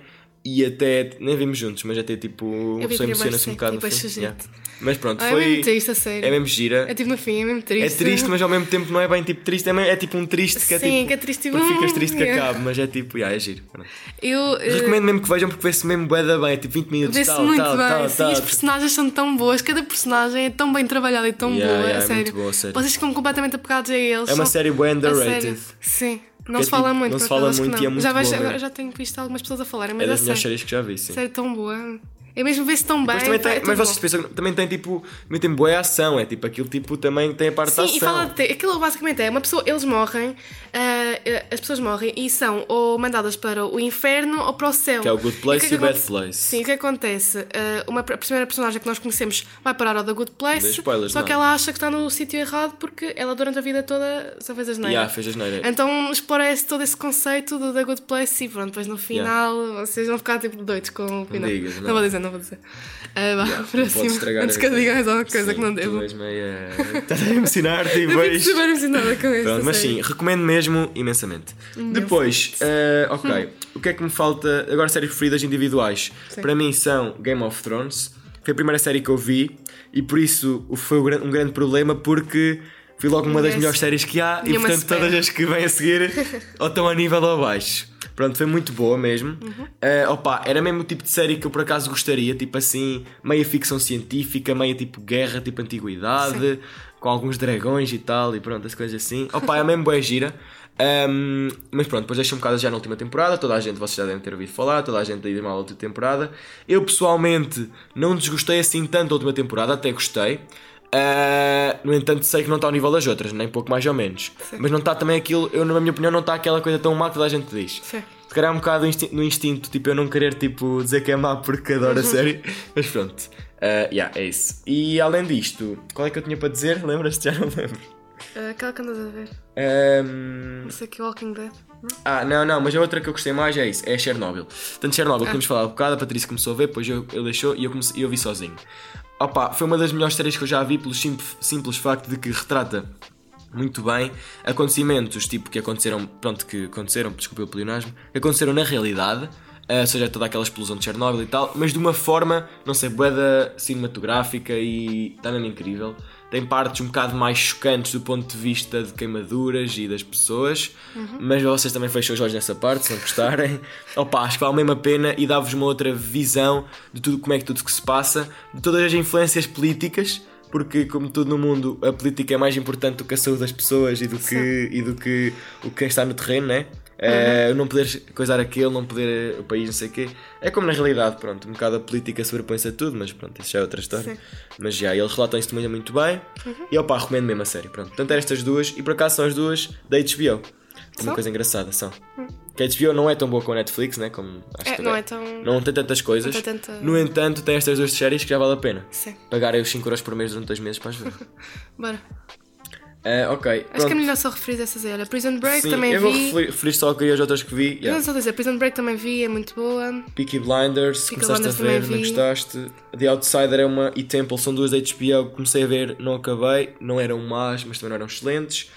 Speaker 1: e até. Nem vimos juntos, mas até tipo. Uma
Speaker 3: Eu vi
Speaker 1: pessoa
Speaker 3: primeiro
Speaker 1: emociona-se um
Speaker 3: sec,
Speaker 1: bocado no
Speaker 3: depois
Speaker 1: fim.
Speaker 3: tipo, é sujeito.
Speaker 1: Yeah. Mas pronto,
Speaker 3: Ah,
Speaker 1: foi.
Speaker 3: É mesmo triste, a sério.
Speaker 1: é mesmo gira.
Speaker 3: É tipo no fim, é mesmo
Speaker 1: É
Speaker 3: triste.
Speaker 1: triste, mas ao mesmo tempo não é bem tipo triste, é, mesmo- é tipo um triste que é
Speaker 3: Sim,
Speaker 1: tipo.
Speaker 3: que é triste, tipo,
Speaker 1: Porque ficas triste que
Speaker 3: yeah.
Speaker 1: acabe, mas é tipo, yeah, é giro. Pronto.
Speaker 3: Eu eh,
Speaker 1: Recomendo mesmo que vejam porque vê-se mesmo bué da bem, é tipo 20 minutos,
Speaker 3: vê-se
Speaker 1: tal,
Speaker 3: muito
Speaker 1: tal,
Speaker 3: bem.
Speaker 1: tal,
Speaker 3: sim,
Speaker 1: tal.
Speaker 3: as personagens são tão boas, cada personagem é tão bem trabalhada e tão
Speaker 1: Yeah,
Speaker 3: boa,
Speaker 1: yeah,
Speaker 3: a
Speaker 1: é
Speaker 3: sério.
Speaker 1: muito boa, a sério.
Speaker 3: Vocês ficam completamente apegados a eles.
Speaker 1: É uma
Speaker 3: são-
Speaker 1: série bué
Speaker 3: a
Speaker 1: underrated.
Speaker 3: sério. Sim, não
Speaker 1: é
Speaker 3: se fala
Speaker 1: tipo,
Speaker 3: muito.
Speaker 1: não se
Speaker 3: por acaso,
Speaker 1: fala
Speaker 3: acho que
Speaker 1: muito e é
Speaker 3: não.
Speaker 1: muito
Speaker 3: já, vais-
Speaker 1: boa,
Speaker 3: agora
Speaker 1: né?
Speaker 3: já tenho visto algumas pessoas a falarem,
Speaker 1: É
Speaker 3: mas
Speaker 1: das
Speaker 3: a
Speaker 1: melhores
Speaker 3: sério,
Speaker 1: séries que já vi, sim.
Speaker 3: sério tão boa. É mesmo vê-se tão bem.
Speaker 1: Mas, também
Speaker 3: pá,
Speaker 1: tem,
Speaker 3: é tão
Speaker 1: mas
Speaker 3: bom.
Speaker 1: vocês pensam que também tem tipo, também tem boa ação, é tipo, aquilo tipo também tem a parte da ação.
Speaker 3: Sim, e fala de, aquilo basicamente é uma pessoa, eles morrem, ah, ah, as pessoas morrem e são ou mandadas para o inferno ou para o céu.
Speaker 1: Que é o good place e o bad
Speaker 3: aconte-
Speaker 1: place.
Speaker 3: Sim, o que acontece? Ah, uma, a primeira personagem que nós conhecemos vai parar ao da good place,
Speaker 1: Não dê spoilers,
Speaker 3: só que
Speaker 1: não.
Speaker 3: ela acha que está no sítio errado porque ela durante a vida toda só fez as neiras.
Speaker 1: Yeah, fez asneira.
Speaker 3: Então explora esse, todo esse conceito do, da Good Place e pronto, depois no final vocês vão ficar tipo doidos com o final.
Speaker 1: digas, não.
Speaker 3: vou dizer, não vou dizer. Ah, vá,
Speaker 1: Yeah,
Speaker 3: para
Speaker 1: não podes
Speaker 3: cima.
Speaker 1: estragar
Speaker 3: Antes que
Speaker 1: a
Speaker 3: eu
Speaker 1: vida.
Speaker 3: diga mais alguma coisa
Speaker 1: Sim,
Speaker 3: que não
Speaker 1: Tu
Speaker 3: devo.
Speaker 1: és meia. Estás a emocionar-te e
Speaker 3: Eu fico
Speaker 1: vejo.
Speaker 3: super emocionada com isso.
Speaker 1: Pronto, mas
Speaker 3: a sério.
Speaker 1: sim, recomendo mesmo imensamente. Depois, eh, ok, o que é que me falta? Agora, séries preferidas individuais.
Speaker 3: Hum. Sim.
Speaker 1: Para mim são Game of Thrones. Foi a primeira série que eu vi e por isso foi um gran- um grande problema porque vi logo uma das
Speaker 3: Yes.
Speaker 1: melhores séries que há e
Speaker 3: Nenhuma
Speaker 1: portanto
Speaker 3: supera.
Speaker 1: todas as que vêm a seguir ou estão a nível ou abaixo. Pronto, foi muito boa mesmo. Eh, opa, era mesmo o tipo de série que eu por acaso gostaria, tipo assim, meio ficção científica, meio tipo guerra, tipo antiguidade, com alguns dragões e tal, e pronto, as coisas assim. Opa, é mesmo boa gira. Ahm, mas pronto, depois deixa um bocado já na última temporada, toda a gente, vocês já devem ter ouvido falar, toda a gente aí de mal à última temporada. Eu pessoalmente não desgostei assim tanto da última temporada, até gostei. Ah, no entanto, sei que não está ao nível das outras, nem pouco mais ou menos. Mas não está também aquilo, eu, na minha opinião, não está aquela coisa tão má que toda a gente diz.
Speaker 3: Sim.
Speaker 1: Se calhar é um bocado insti- no instinto, tipo, eu não querer tipo, dizer que é má porque adoro a série. Mas pronto, Ah, yeah, é isso. E além disto, qual é que eu tinha para dizer? Lembras-te? Já não lembro.
Speaker 3: Ah, aquela que andas a ver.
Speaker 1: Ahm,
Speaker 3: Não sei que Walking Dead. não?
Speaker 1: ah, não, não, mas a outra que eu gostei mais é isso, é Chernobyl. Portanto, Chernobyl, que tínhamos falado há bocado, a Patrícia começou a ver, depois eu, eu deixou e eu, comecei, eu vi sozinho. Opa, foi uma das melhores séries que eu já vi pelo simp- simples facto de que retrata muito bem acontecimentos tipo que aconteceram, pronto, que aconteceram, desculpa o pleonasmo, que aconteceram na realidade, ah, ou seja, toda aquela explosão de Chernobyl e tal, mas de uma forma, não sei, boeda cinematográfica e está mesmo incrível. Tem partes um bocado mais chocantes do ponto de vista de queimaduras e das pessoas, mas vocês também fecham os olhos nessa parte, se não gostarem. Opa, acho que vale mesmo a pena e dá-vos uma outra visão de tudo como é que tudo que se passa, de todas as influências políticas porque como tudo no mundo a política é mais importante do que a saúde das pessoas e do que e do que o que quem está no terreno né Eh, não poder coisar aquilo não poder eh, o país não sei o quê é como na realidade pronto um bocado a política sobrepõe-se a tudo mas pronto isso já é outra história
Speaker 3: Sim.
Speaker 1: mas já eles relatam isso também muito bem
Speaker 3: Uhum.
Speaker 1: e opá recomendo mesmo a série pronto portanto eram estas duas e por acaso são as duas da HBO uma
Speaker 3: São?
Speaker 1: coisa engraçada são que a HBO não é tão boa como a Netflix né como acho
Speaker 3: Hum. É,
Speaker 1: que
Speaker 3: não
Speaker 1: também-
Speaker 3: é tão-
Speaker 1: não tem tantas coisas
Speaker 3: Não tem tanta-
Speaker 1: no entanto tem estas duas séries que já vale a pena
Speaker 3: Sim.
Speaker 1: pagarem os 5€ por mês durante dois meses para as ver.
Speaker 3: Bora.
Speaker 1: Ah, ok.
Speaker 3: Acho que é
Speaker 1: pronto.
Speaker 3: melhor só referir essas a ela. Prison Break
Speaker 1: Sim,
Speaker 3: também
Speaker 1: eu vou
Speaker 3: vi.
Speaker 1: referir- referir só aqui as outras que vi.
Speaker 3: Não
Speaker 1: Yeah.
Speaker 3: só dizer, Prison Break também vi, é muito boa.
Speaker 1: Peaky Blinders,
Speaker 3: Peaky
Speaker 1: começaste
Speaker 3: Blinders
Speaker 1: a ver,
Speaker 3: também
Speaker 1: não
Speaker 3: vi.
Speaker 1: gostaste. The Outsider é uma e Temple são duas da HBO que comecei a ver, não acabei. Não eram más, mas também não eram excelentes.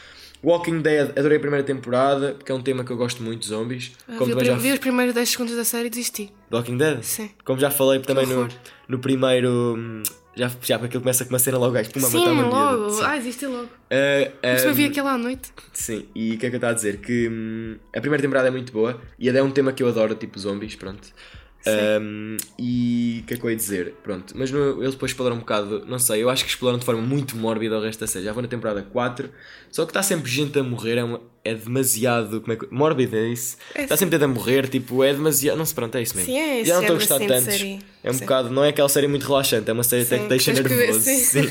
Speaker 1: Walking Dead, adorei a primeira temporada, porque é um tema que eu gosto muito, zombies.
Speaker 3: Ah,
Speaker 1: Como
Speaker 3: vi, o
Speaker 1: também
Speaker 3: prim-
Speaker 1: já
Speaker 3: vi os primeiros 10 segundos da série e desisti.
Speaker 1: Walking Dead?
Speaker 3: Sim.
Speaker 1: Como já falei também no,
Speaker 3: horror.
Speaker 1: no primeiro. hum, Já, já aquilo começa com uma cena logo, gajo, puma, matar
Speaker 3: Sim,
Speaker 1: uma miúda.
Speaker 3: logo.
Speaker 1: Sim.
Speaker 3: Ah, desisti logo.
Speaker 1: Ah, ah,
Speaker 3: Mas eu vi aquela à noite.
Speaker 1: Sim, e o que é que eu estava a dizer? Que hum, a primeira temporada é muito boa e é um tema que eu adoro, tipo zombies, pronto. Hum, e o que é que eu ia dizer? Pronto, mas no- eles depois exploram um bocado, não sei, eu acho que exploram de forma muito mórbida o resto da série. Já vou na temporada 4, só que está sempre gente a morrer, é, uma- é demasiado. Como é que. Mórbida é isso?
Speaker 3: É
Speaker 1: Está sempre gente a morrer, tipo, é demasiado. Não se pronto, é isso mesmo.
Speaker 3: Sim, é esse
Speaker 1: Já não estou a
Speaker 3: género
Speaker 1: gostar
Speaker 3: assim de
Speaker 1: tanto.
Speaker 3: série.
Speaker 1: É um
Speaker 3: Sim.
Speaker 1: bocado, não é aquela série muito relaxante, é uma série até
Speaker 3: Sim,
Speaker 1: que deixa
Speaker 3: tens que ver,
Speaker 1: nervoso.
Speaker 3: sim.
Speaker 1: sim.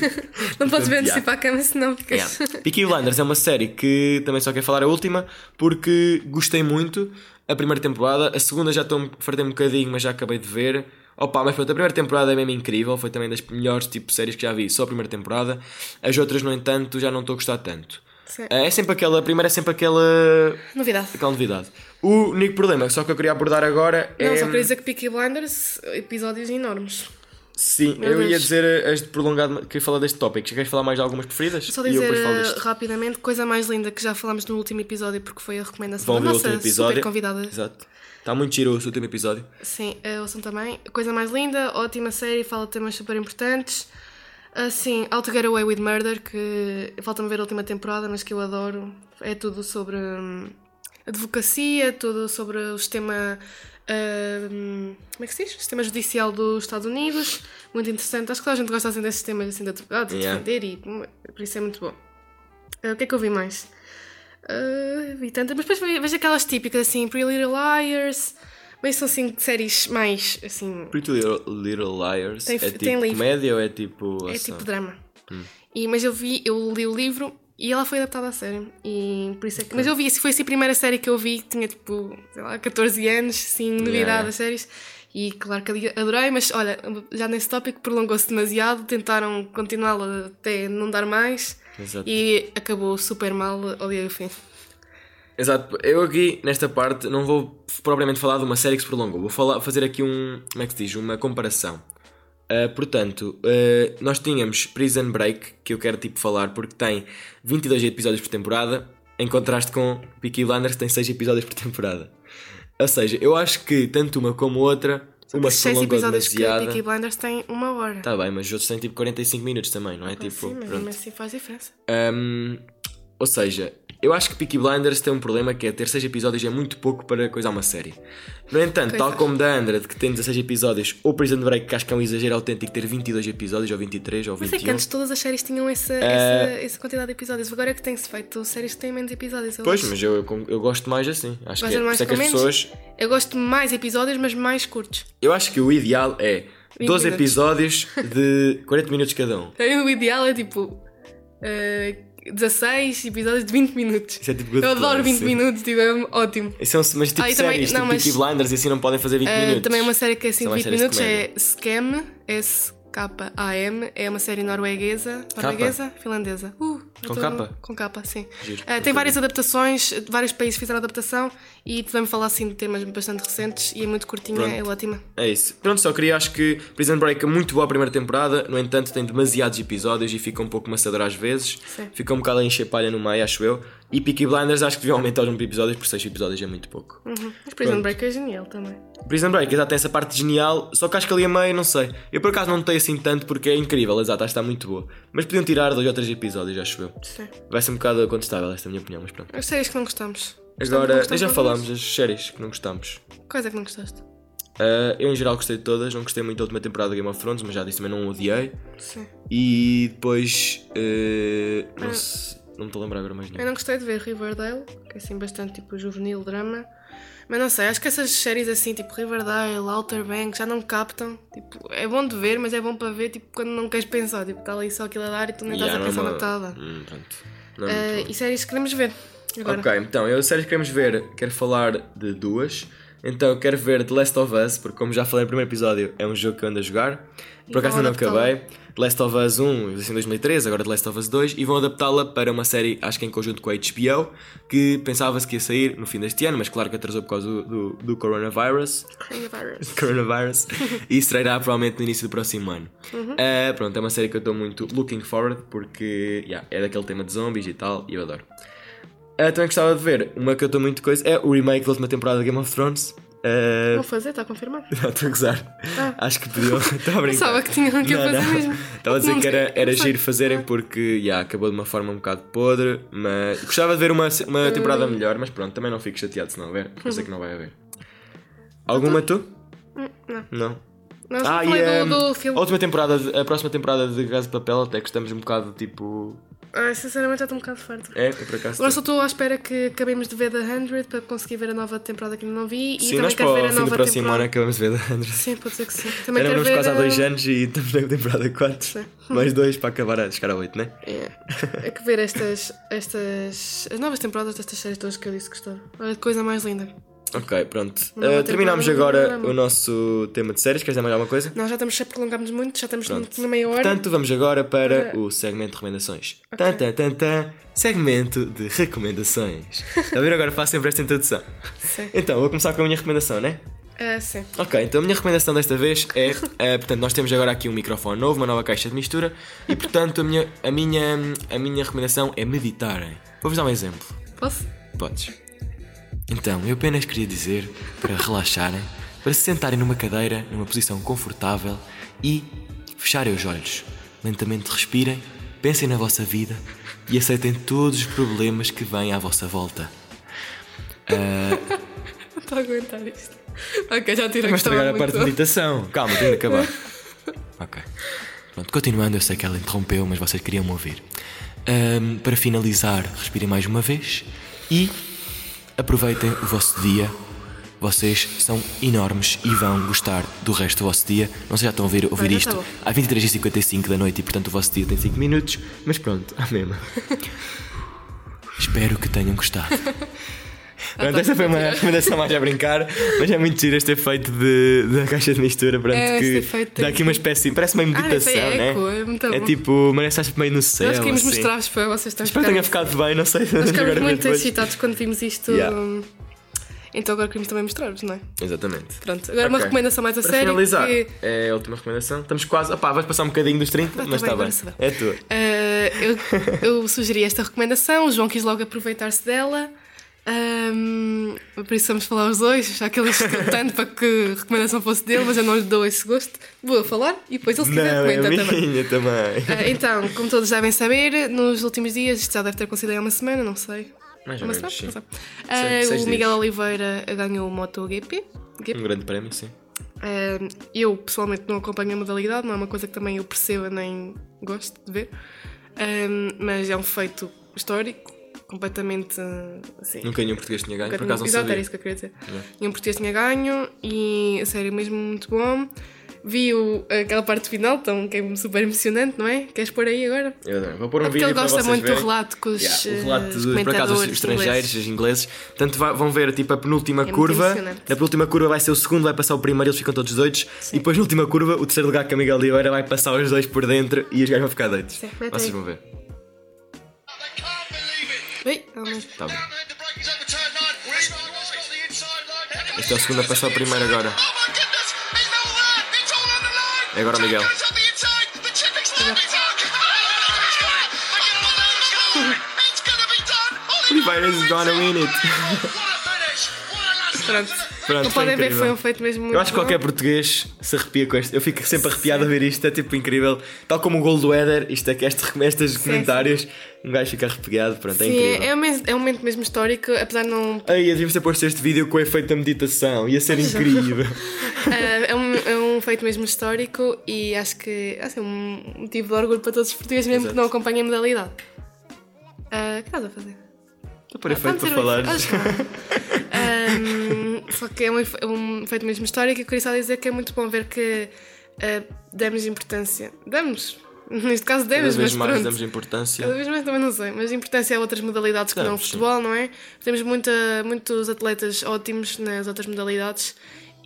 Speaker 3: Não podes
Speaker 1: Portanto,
Speaker 3: ver antes de
Speaker 1: já.
Speaker 3: ir para a cama, senão ficas.
Speaker 1: Yeah. Peaky Blinders é uma série que também só quero falar a última porque gostei muito a primeira temporada, a segunda já estou fartei um bocadinho, mas já acabei de ver. Opa, mas pronto, a primeira temporada é mesmo incrível, foi também das melhores tipo séries que já vi, só a primeira temporada. As outras, no entanto, já não estou a gostar tanto.
Speaker 3: Sim.
Speaker 1: É sempre aquela, a primeira é sempre aquela,
Speaker 3: Novidade.
Speaker 1: aquela novidade. O único problema, só que eu queria abordar agora
Speaker 3: Não,
Speaker 1: é
Speaker 3: só queria dizer que Peaky Blinders, episódios enormes.
Speaker 1: Sim,
Speaker 3: Meu
Speaker 1: eu ia
Speaker 3: Deus.
Speaker 1: dizer as de prolongado. Queria falar deste tópico. Já queres falar mais de algumas preferidas?
Speaker 3: Só
Speaker 1: e eu
Speaker 3: dizer eh,
Speaker 1: depois falo deste.
Speaker 3: rapidamente, coisa mais linda que já falámos no último episódio porque foi a recomendação
Speaker 1: Vão ver
Speaker 3: da
Speaker 1: o
Speaker 3: nossa
Speaker 1: último episódio.
Speaker 3: super convidada.
Speaker 1: Exato. Está muito giro o último episódio.
Speaker 3: Sim, eh, ouçam também. Coisa mais linda, ótima série, fala de temas super importantes. Assim, How to Get Away with Murder, que falta-me ver a última temporada, mas que eu adoro. É tudo sobre hum, advocacia, tudo sobre o sistema. hum, como é que se diz? O sistema judicial dos Estados Unidos. Muito interessante. Acho que toda a gente gosta assim desse sistema assim, de advogados, de
Speaker 1: Yeah.
Speaker 3: defender e hum, por isso é muito bom. Eh, o que é que eu vi mais? Ah, vi tantas, mas depois ve- vejo aquelas típicas assim, Pretty Little Liars, mas são assim séries mais assim,
Speaker 1: Pretty Little, Little Liars
Speaker 3: Tem-
Speaker 1: é
Speaker 3: tem
Speaker 1: tipo
Speaker 3: livro.
Speaker 1: comédia ou é tipo
Speaker 3: é
Speaker 1: ação?
Speaker 3: tipo drama.
Speaker 1: Hum.
Speaker 3: E, mas eu vi, eu li o livro e ela foi adaptada à série. E por isso é que, mas eu vi, isso foi assim a primeira série que eu vi, que tinha tipo, sei lá, 14 anos, assim, novidade
Speaker 1: yeah.
Speaker 3: das séries. E claro que ali adorei, mas olha, já nesse tópico prolongou-se demasiado, tentaram continuá-la até não dar mais
Speaker 1: Exato.
Speaker 3: tipo e acabou super mal, odiei o fim.
Speaker 1: Exato. Eu aqui, nesta parte, não vou propriamente falar de uma série que se prolongou. Vou falar, fazer aqui um. Como é que se diz? Uma comparação. Ah, portanto, ah, nós tínhamos Prison Break, que eu quero tipo falar porque tem 22 episódios por temporada, em contraste com Peaky Blinders, que tem 6 episódios por temporada. Ou seja, eu acho que tanto uma como outra, uma se
Speaker 3: 6
Speaker 1: prolongou
Speaker 3: episódios que
Speaker 1: demasiado.
Speaker 3: Peaky Blinders tem uma hora.
Speaker 1: Tá bem, mas os outros têm tipo 45 minutos também, não é? tipo,
Speaker 3: Sim, mas
Speaker 1: pronto.
Speaker 3: mesmo assim faz diferença.
Speaker 1: Hum, ou seja, eu acho que Peaky Blinders tem um problema que é ter 6 episódios é muito pouco para coisar uma série. No entanto,
Speaker 3: Coisa.
Speaker 1: tal como da Andred, que tem 16 episódios, ou Prison Break, que acho que é um exagero autêntico ter 22 episódios, ou 23, ou
Speaker 3: Mas é que
Speaker 1: 21.
Speaker 3: antes todas as séries tinham essa,
Speaker 1: Ah,
Speaker 3: essa, essa quantidade de episódios. Agora é que tem-se feito séries que têm menos episódios. Eu
Speaker 1: Pois,
Speaker 3: acho.
Speaker 1: mas eu, eu, eu gosto mais assim. Acho que é.
Speaker 3: Gostas
Speaker 1: Por
Speaker 3: mais
Speaker 1: isso é que as
Speaker 3: com menos?
Speaker 1: pessoas.
Speaker 3: Eu gosto de mais episódios, mas mais curtos.
Speaker 1: Eu acho que o ideal é
Speaker 3: 20
Speaker 1: 12
Speaker 3: minutos.
Speaker 1: episódios de 40 minutos cada um.
Speaker 3: Para mim, O ideal é tipo eh, 16 episódios de 20 minutos.
Speaker 1: Isso é tipo good
Speaker 3: Eu adoro
Speaker 1: plan,
Speaker 3: 20
Speaker 1: sim.
Speaker 3: minutos, tipo, é ótimo.
Speaker 1: Isso é um- mas tipo
Speaker 3: Ah, e também-
Speaker 1: séries,
Speaker 3: não,
Speaker 1: tipo
Speaker 3: mas-
Speaker 1: Peaky Blinders e assim não podem fazer 20
Speaker 3: Eh,
Speaker 1: minutos.
Speaker 3: também uma série que é assim
Speaker 1: São
Speaker 3: de
Speaker 1: mais
Speaker 3: 20
Speaker 1: séries de
Speaker 3: minutos é Scam, S-K-A-M, é uma série norueguesa, norueguesa, finlandesa. Uh, eu
Speaker 1: Com
Speaker 3: tô-
Speaker 1: capa?
Speaker 3: Com capa, sim.
Speaker 1: Giro.
Speaker 3: Eh, tem várias adaptações, eh, vários países fizeram adaptação e vamos falar assim de temas bastante recentes e é muito curtinha,
Speaker 1: Pronto.
Speaker 3: é ótima.
Speaker 1: É isso. Pronto, só queria, acho que Prison Break é muito boa a primeira temporada, no entanto tem demasiados episódios e fica um pouco maçador às vezes.
Speaker 3: Sim.
Speaker 1: Fica um bocado a encher palha no meio, acho eu. E Peaky Blinders acho que deviam aumentar os número de episódios, porque 6 episódios é muito pouco.
Speaker 3: Uhum. Mas Prison Break é genial também.
Speaker 1: Prison Break, exato, tem essa parte genial, só que acho que ali a meio, não sei. Eu por acaso não notei assim tanto porque é incrível, exato, acho que está muito boa. Mas podiam tirar dois ou três episódios, acho eu.
Speaker 3: Sim.
Speaker 1: Vai ser um bocado contestável esta é a minha opinião, mas pronto.
Speaker 3: As séries que não gostamos.
Speaker 1: Agora,
Speaker 3: gostamos
Speaker 1: já
Speaker 3: de
Speaker 1: falámos das séries que não gostamos.
Speaker 3: Quais é que não gostaste?
Speaker 1: Ah, eu em geral gostei de todas, não gostei muito da última temporada de Game of Thrones, mas já disse também não odiei.
Speaker 3: Sim.
Speaker 1: E depois. eh, não, se- não me estou a lembrar agora mais
Speaker 3: Ah. Eu
Speaker 1: nenhum.
Speaker 3: não gostei de ver Riverdale, que é assim bastante tipo juvenil drama. Mas não sei, acho que essas séries assim, tipo Riverdale, Outer Banks, já não me captam. Tipo, é bom de ver, mas é bom para ver tipo, quando não queres pensar. Tipo, está ali só aquilo a dar e tu nem estás
Speaker 1: Yeah,
Speaker 3: a
Speaker 1: não é
Speaker 3: pensar
Speaker 1: uma-
Speaker 3: no que está a dar.
Speaker 1: Hum, pronto. Não é muito
Speaker 3: Eh,
Speaker 1: bom.
Speaker 3: e séries que queremos ver. Agora.
Speaker 1: Ok, então, eu séries que queremos ver, quero falar de duas. Então, eu quero ver The Last of Us, porque, como já falei no primeiro episódio, é um jogo que eu ando a jogar. Por
Speaker 3: E
Speaker 1: acaso
Speaker 3: vão
Speaker 1: ainda não
Speaker 3: adaptá-la.
Speaker 1: acabei. The Last of Us 1, em 2013, agora The Last of Us 2, e vão adaptá-la para uma série, acho que em conjunto com a HBO, que pensava-se que ia sair no fim deste ano, mas claro que atrasou por causa do- do, do coronavirus.
Speaker 3: Coronavirus.
Speaker 1: coronavirus e estreará provavelmente no início do próximo ano. Eh, pronto, é uma série que eu estou muito looking forward porque yeah, é daquele tema de zombies e tal e eu adoro. Eh, também gostava de ver uma que eu estou muito coisa, é o remake da última temporada de Game of Thrones. Eh,
Speaker 3: Vou fazer, tá está confirmado.
Speaker 1: não, estou a gozar. Acho que podiam. Estava a brincar.
Speaker 3: Ah. Pensava que tinham que eu
Speaker 1: Não,
Speaker 3: fazer
Speaker 1: não.
Speaker 3: mesmo.
Speaker 1: Estava a dizer
Speaker 3: Não
Speaker 1: que era,
Speaker 3: sei,
Speaker 1: era
Speaker 3: não sei. Ah.
Speaker 1: giro fazerem porque yeah, acabou de uma forma um bocado podre, mas gostava de ver uma, uma temporada
Speaker 3: Hum.
Speaker 1: melhor, mas pronto, também não fico chateado se não houver, porque eu sei que não vai haver. Alguma tu?
Speaker 3: Então, Hum, Não,
Speaker 1: Não.
Speaker 3: não
Speaker 1: Ah,
Speaker 3: ah,
Speaker 1: e
Speaker 3: falei
Speaker 1: ehm,
Speaker 3: do, do
Speaker 1: a
Speaker 3: filme.
Speaker 1: última temporada, de- a próxima temporada de Casa de Papel, até que estamos um bocado tipo.
Speaker 3: Ah, sinceramente já estou um bocado farto.
Speaker 1: É, eu por acaso.
Speaker 3: Agora só estou à espera que acabemos de ver The 100 para conseguir ver a nova temporada que ainda não vi. e
Speaker 1: Sim,
Speaker 3: também
Speaker 1: nós para
Speaker 3: quero ver a
Speaker 1: o fim do
Speaker 3: nova
Speaker 1: próximo
Speaker 3: temporada.
Speaker 1: ano acabamos de ver da André.
Speaker 3: Sim, pode ser que sim. Também quero
Speaker 1: Éramos
Speaker 3: ver.
Speaker 1: quase há dois
Speaker 3: eh,
Speaker 1: anos e estamos na temporada 4.
Speaker 3: Sim.
Speaker 1: Mais dois para acabar a chegar a 8, né?
Speaker 3: É, é que ver estas, estas. as novas temporadas destas séries todas que eu disse que gostava. Olha, que coisa mais linda.
Speaker 1: Ok, pronto.
Speaker 3: Não, não
Speaker 1: Ah,
Speaker 3: tem
Speaker 1: terminámos
Speaker 3: problema, não
Speaker 1: agora
Speaker 3: tem
Speaker 1: o
Speaker 3: problema.
Speaker 1: nosso tema de séries. Queres dizer mais alguma coisa?
Speaker 3: Nós já estamos a prolongarmos muito, já estamos
Speaker 1: Pronto.
Speaker 3: muito na meia hora.
Speaker 1: Portanto, vamos agora para o segmento de recomendações. Tan, tan, tan, tan. Segmento de recomendações. Está a ver? Agora faço sempre esta introdução.
Speaker 3: Sim.
Speaker 1: Então, vou começar com a minha recomendação, né?
Speaker 3: Ah, sim.
Speaker 1: Ok, então a minha recomendação desta vez é, eh, portanto, nós temos agora aqui um microfone novo, uma nova caixa de mistura e, portanto, a minha, a minha, a minha recomendação é meditarem. Vou-vos dar um exemplo.
Speaker 3: Posso?
Speaker 1: Podes. Então, eu apenas queria dizer para relaxarem, para se sentarem numa cadeira, numa posição confortável e fecharem os olhos. Lentamente respirem, pensem na vossa vida e aceitem todos os problemas que vêm à vossa volta.
Speaker 3: Não estou a aguentar isto. Ok, já tirei
Speaker 1: Mas estragar a
Speaker 3: estava
Speaker 1: parte de
Speaker 3: muito-
Speaker 1: meditação. Calma, tenho de acabar. ok. Pronto, continuando, eu sei que ela interrompeu, mas vocês queriam me ouvir. Ahm, para finalizar, respirem mais uma vez e aproveitem o vosso dia. Vocês são enormes e vão gostar do resto do vosso dia. Não sei se já estão a ouvir, ouvir
Speaker 3: Olha, tá
Speaker 1: isto
Speaker 3: bom.
Speaker 1: às 23h55 da noite e, portanto, o vosso dia tem 5 minutos, mas pronto, à mesma. Espero que tenham gostado. Pronto, esta foi uma recomendação mais a brincar, mas é muito giro este efeito de, da caixa de mistura, pronto,
Speaker 3: É, esse
Speaker 1: que
Speaker 3: efeito
Speaker 1: dá
Speaker 3: tem-
Speaker 1: aqui uma espécie, parece uma meditação,
Speaker 3: Ah, esse é
Speaker 1: né?
Speaker 3: eco, é muito bom.
Speaker 1: tipo, parece estás meio no céu.
Speaker 3: Nós queríamos
Speaker 1: assim.
Speaker 3: mostrar-vos para vocês estão a
Speaker 1: Espero que tenha
Speaker 3: ficar-
Speaker 1: ficado bem, não sei.
Speaker 3: Nós
Speaker 1: agora
Speaker 3: ficámos muito
Speaker 1: depois.
Speaker 3: excitados quando vimos isto.
Speaker 1: Yeah.
Speaker 3: hum, Então agora queremos também mostrar-vos, não é?
Speaker 1: Exatamente.
Speaker 3: Pronto, agora uma
Speaker 1: Ok.
Speaker 3: recomendação mais a
Speaker 1: Para
Speaker 3: sério.
Speaker 1: finalizar,
Speaker 3: que,
Speaker 1: é a última recomendação. Estamos quase. Opá, vais passar um bocadinho dos 30, mas
Speaker 3: tá bem,
Speaker 1: está bem.
Speaker 3: agora se dá.
Speaker 1: É tua.
Speaker 3: eh, eu, eu sugeri esta recomendação, o João quis logo aproveitar-se dela. hum, por isso vamos falar os dois, já que ele insistiu tanto para que a recomendação fosse dele, mas eu não lhe dou esse gosto. Vou eu falar e depois ele se
Speaker 1: Não,
Speaker 3: quiser tá
Speaker 1: é
Speaker 3: comenta
Speaker 1: a minha
Speaker 3: também.
Speaker 1: também.
Speaker 3: Eh, então, como todos devem saber, nos últimos dias, isto já deve ter considerado uma semana, não sei.
Speaker 1: Mais ou
Speaker 3: uma
Speaker 1: menos,
Speaker 3: semana?
Speaker 1: sim.
Speaker 3: Não sei. Eh,
Speaker 1: Sim, seis
Speaker 3: o Miguel
Speaker 1: dias.
Speaker 3: Oliveira ganhou o MotoGP. GP.
Speaker 1: Um grande prémio, sim.
Speaker 3: Eh, eu pessoalmente não acompanho a modalidade, não é uma coisa que também eu perceba nem gosto de ver, Eh, mas é um feito histórico, completamente eh, assim.
Speaker 1: Nunca nenhum português tinha ganho,
Speaker 3: Nunca
Speaker 1: por acaso não
Speaker 3: tinha- Exato,
Speaker 1: sabia.
Speaker 3: era isso que eu queria dizer. Nenhum português tinha ganho e, a sério, mesmo muito bom. Vi o- aquela parte final, tão, que é super emocionante, não é? Queres pôr aí agora?
Speaker 1: Eu não, vou pôr um
Speaker 3: É porque
Speaker 1: vídeo
Speaker 3: ele
Speaker 1: para
Speaker 3: gosta
Speaker 1: vocês
Speaker 3: muito
Speaker 1: verem.
Speaker 3: do relato com os,
Speaker 1: Yeah,
Speaker 3: eh,
Speaker 1: o relato dos,
Speaker 3: os
Speaker 1: por acaso, os
Speaker 3: comentadores
Speaker 1: estrangeiros,
Speaker 3: ingleses. É
Speaker 1: os ingleses. Portanto, va- vão ver tipo, a penúltima
Speaker 3: muito
Speaker 1: curva.
Speaker 3: emocionante.
Speaker 1: Na penúltima curva vai ser o segundo, vai passar o primeiro, eles ficam todos doidos. E depois, na última curva, o terceiro lugar que a Miguel Oliveira vai passar os dois por dentro e os gajos vão ficar doidos.
Speaker 3: Sim, mete aí.
Speaker 1: Vocês vão ver.
Speaker 2: I can't believe
Speaker 3: Ei,
Speaker 2: it.
Speaker 3: ah, mas-
Speaker 1: Tá bom.
Speaker 2: Down there, the break is over turn nine. Green line has got the inside line.
Speaker 1: Este é o segundo a passar o primeiro agora.
Speaker 2: Oh my goodness, he's all there. It's all on the line.
Speaker 1: É agora o Miguel.
Speaker 2: Goes on the inside. The chip is there. It's out. It's gonna be done.
Speaker 1: Oliveira is gonna win it.
Speaker 2: What a finish. What a
Speaker 3: Pronto.
Speaker 2: last
Speaker 1: Pronto,
Speaker 3: Como
Speaker 1: foi
Speaker 3: podem ver,
Speaker 1: é incrível.
Speaker 3: foi um feito mesmo muito
Speaker 1: Eu acho que
Speaker 3: bom.
Speaker 1: qualquer português se arrepia com este. Eu fico sempre arrepiado a ver isto, é tipo incrível. Tal como o gol do Éder, isto é que estes, estes comentários, um gajo fica arrepiado, pronto, é
Speaker 3: Sim,
Speaker 1: incrível.
Speaker 3: é, é um mes- é um momento mesmo histórico, apesar de não.
Speaker 1: Ai, devíamos ter posto este vídeo com o efeito da meditação, ia ser incrível.
Speaker 3: eh, é, um, é um feito mesmo histórico e acho que assim, é um motivo de orgulho para todos os portugueses, mesmo
Speaker 1: Exato.
Speaker 3: que não acompanhem a modalidade. Ah, O que estás a fazer?
Speaker 1: Estou por efeito para
Speaker 3: Vamos
Speaker 1: falar.
Speaker 3: ser um- Ahm, só que é um, efe- um feito mesmo histórico e eu queria só dizer que é muito bom ver que ah, damos importância. Damos! Neste caso
Speaker 1: Cada
Speaker 3: demos,
Speaker 1: vez
Speaker 3: mas
Speaker 1: mais
Speaker 3: pronto.
Speaker 1: damos importância.
Speaker 3: Cada vez mais também não sei, mas importância a outras modalidades que
Speaker 1: Claro,
Speaker 3: não o
Speaker 1: sim.
Speaker 3: futebol, não é? Temos muita, muitos atletas ótimos nas outras modalidades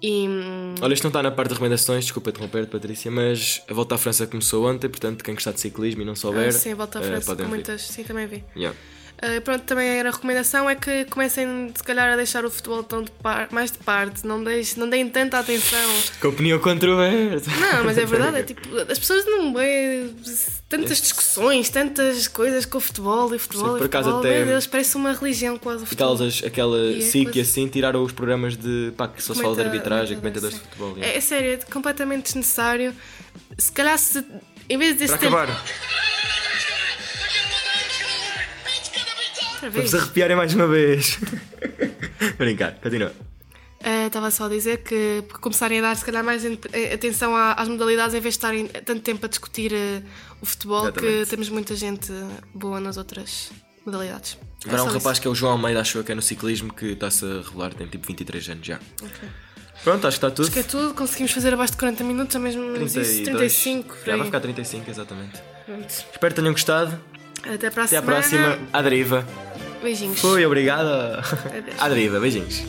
Speaker 3: e. hum,
Speaker 1: Olha, isto não está na parte de recomendações, desculpa interromper, Patrícia, mas a volta à França começou ontem, portanto, quem gostar de ciclismo e não souber.
Speaker 3: ah, sim, volta à
Speaker 1: eh,
Speaker 3: França
Speaker 1: podem
Speaker 3: com
Speaker 1: vir.
Speaker 3: muitas. Sim, também vi.
Speaker 1: Yeah.
Speaker 3: Ah, pronto, também era a recomendação é que comecem, se calhar, a deixar o futebol tão de par- mais de parte, não, deixe, não deem tanta atenção.
Speaker 1: Com opinião controversa.
Speaker 3: Não, mas é verdade, é tipo, as pessoas não veem tantas discussões, tantas coisas com o futebol e o futebol.
Speaker 1: É. Sim,
Speaker 3: e
Speaker 1: por acaso
Speaker 3: futebol.
Speaker 1: até-
Speaker 3: Meu Deus, parece uma religião quase o
Speaker 1: E
Speaker 3: futebol.
Speaker 1: tal, as- aquela
Speaker 3: E é
Speaker 1: SIC e
Speaker 3: coisa-
Speaker 1: assim, tiraram os programas de. pá, que só se fala de
Speaker 3: Comenta-
Speaker 1: arbitragem,
Speaker 3: comentador,
Speaker 1: comentadores de
Speaker 3: sim.
Speaker 1: futebol.
Speaker 3: É,
Speaker 1: yeah.
Speaker 3: é sério, é completamente desnecessário. Se calhar, se, em vez de
Speaker 1: Para acabar, vamos arrepiar mais uma vez. Brincar, continua.
Speaker 3: É Estava Eh, só a dizer que por começarem a dar, se calhar, mais en- eh, atenção à- às modalidades em vez de estarem tanto tempo a discutir eh, o futebol, que
Speaker 1: Exatamente.
Speaker 3: temos muita gente boa nas outras modalidades. É
Speaker 1: Agora há um
Speaker 3: só
Speaker 1: rapaz
Speaker 3: isso.
Speaker 1: que é o João Almeida, acho eu, que é no ciclismo, que está-se a revelar, tem tipo 23 anos já. Pronto, acho que está tudo.
Speaker 3: Que é tudo, conseguimos fazer abaixo de 40 minutos, ou mesmo
Speaker 1: 32.
Speaker 3: isso, 35. por
Speaker 1: Já vai
Speaker 3: aí.
Speaker 1: ficar 35, exatamente.
Speaker 3: Pronto.
Speaker 1: Espero que tenham gostado.
Speaker 3: Até para a
Speaker 1: Até à
Speaker 3: semana.
Speaker 1: próxima. À deriva.
Speaker 3: Beijinhos.
Speaker 1: Foi, obrigado.
Speaker 3: Adeus.
Speaker 1: À deriva. Beijinhos.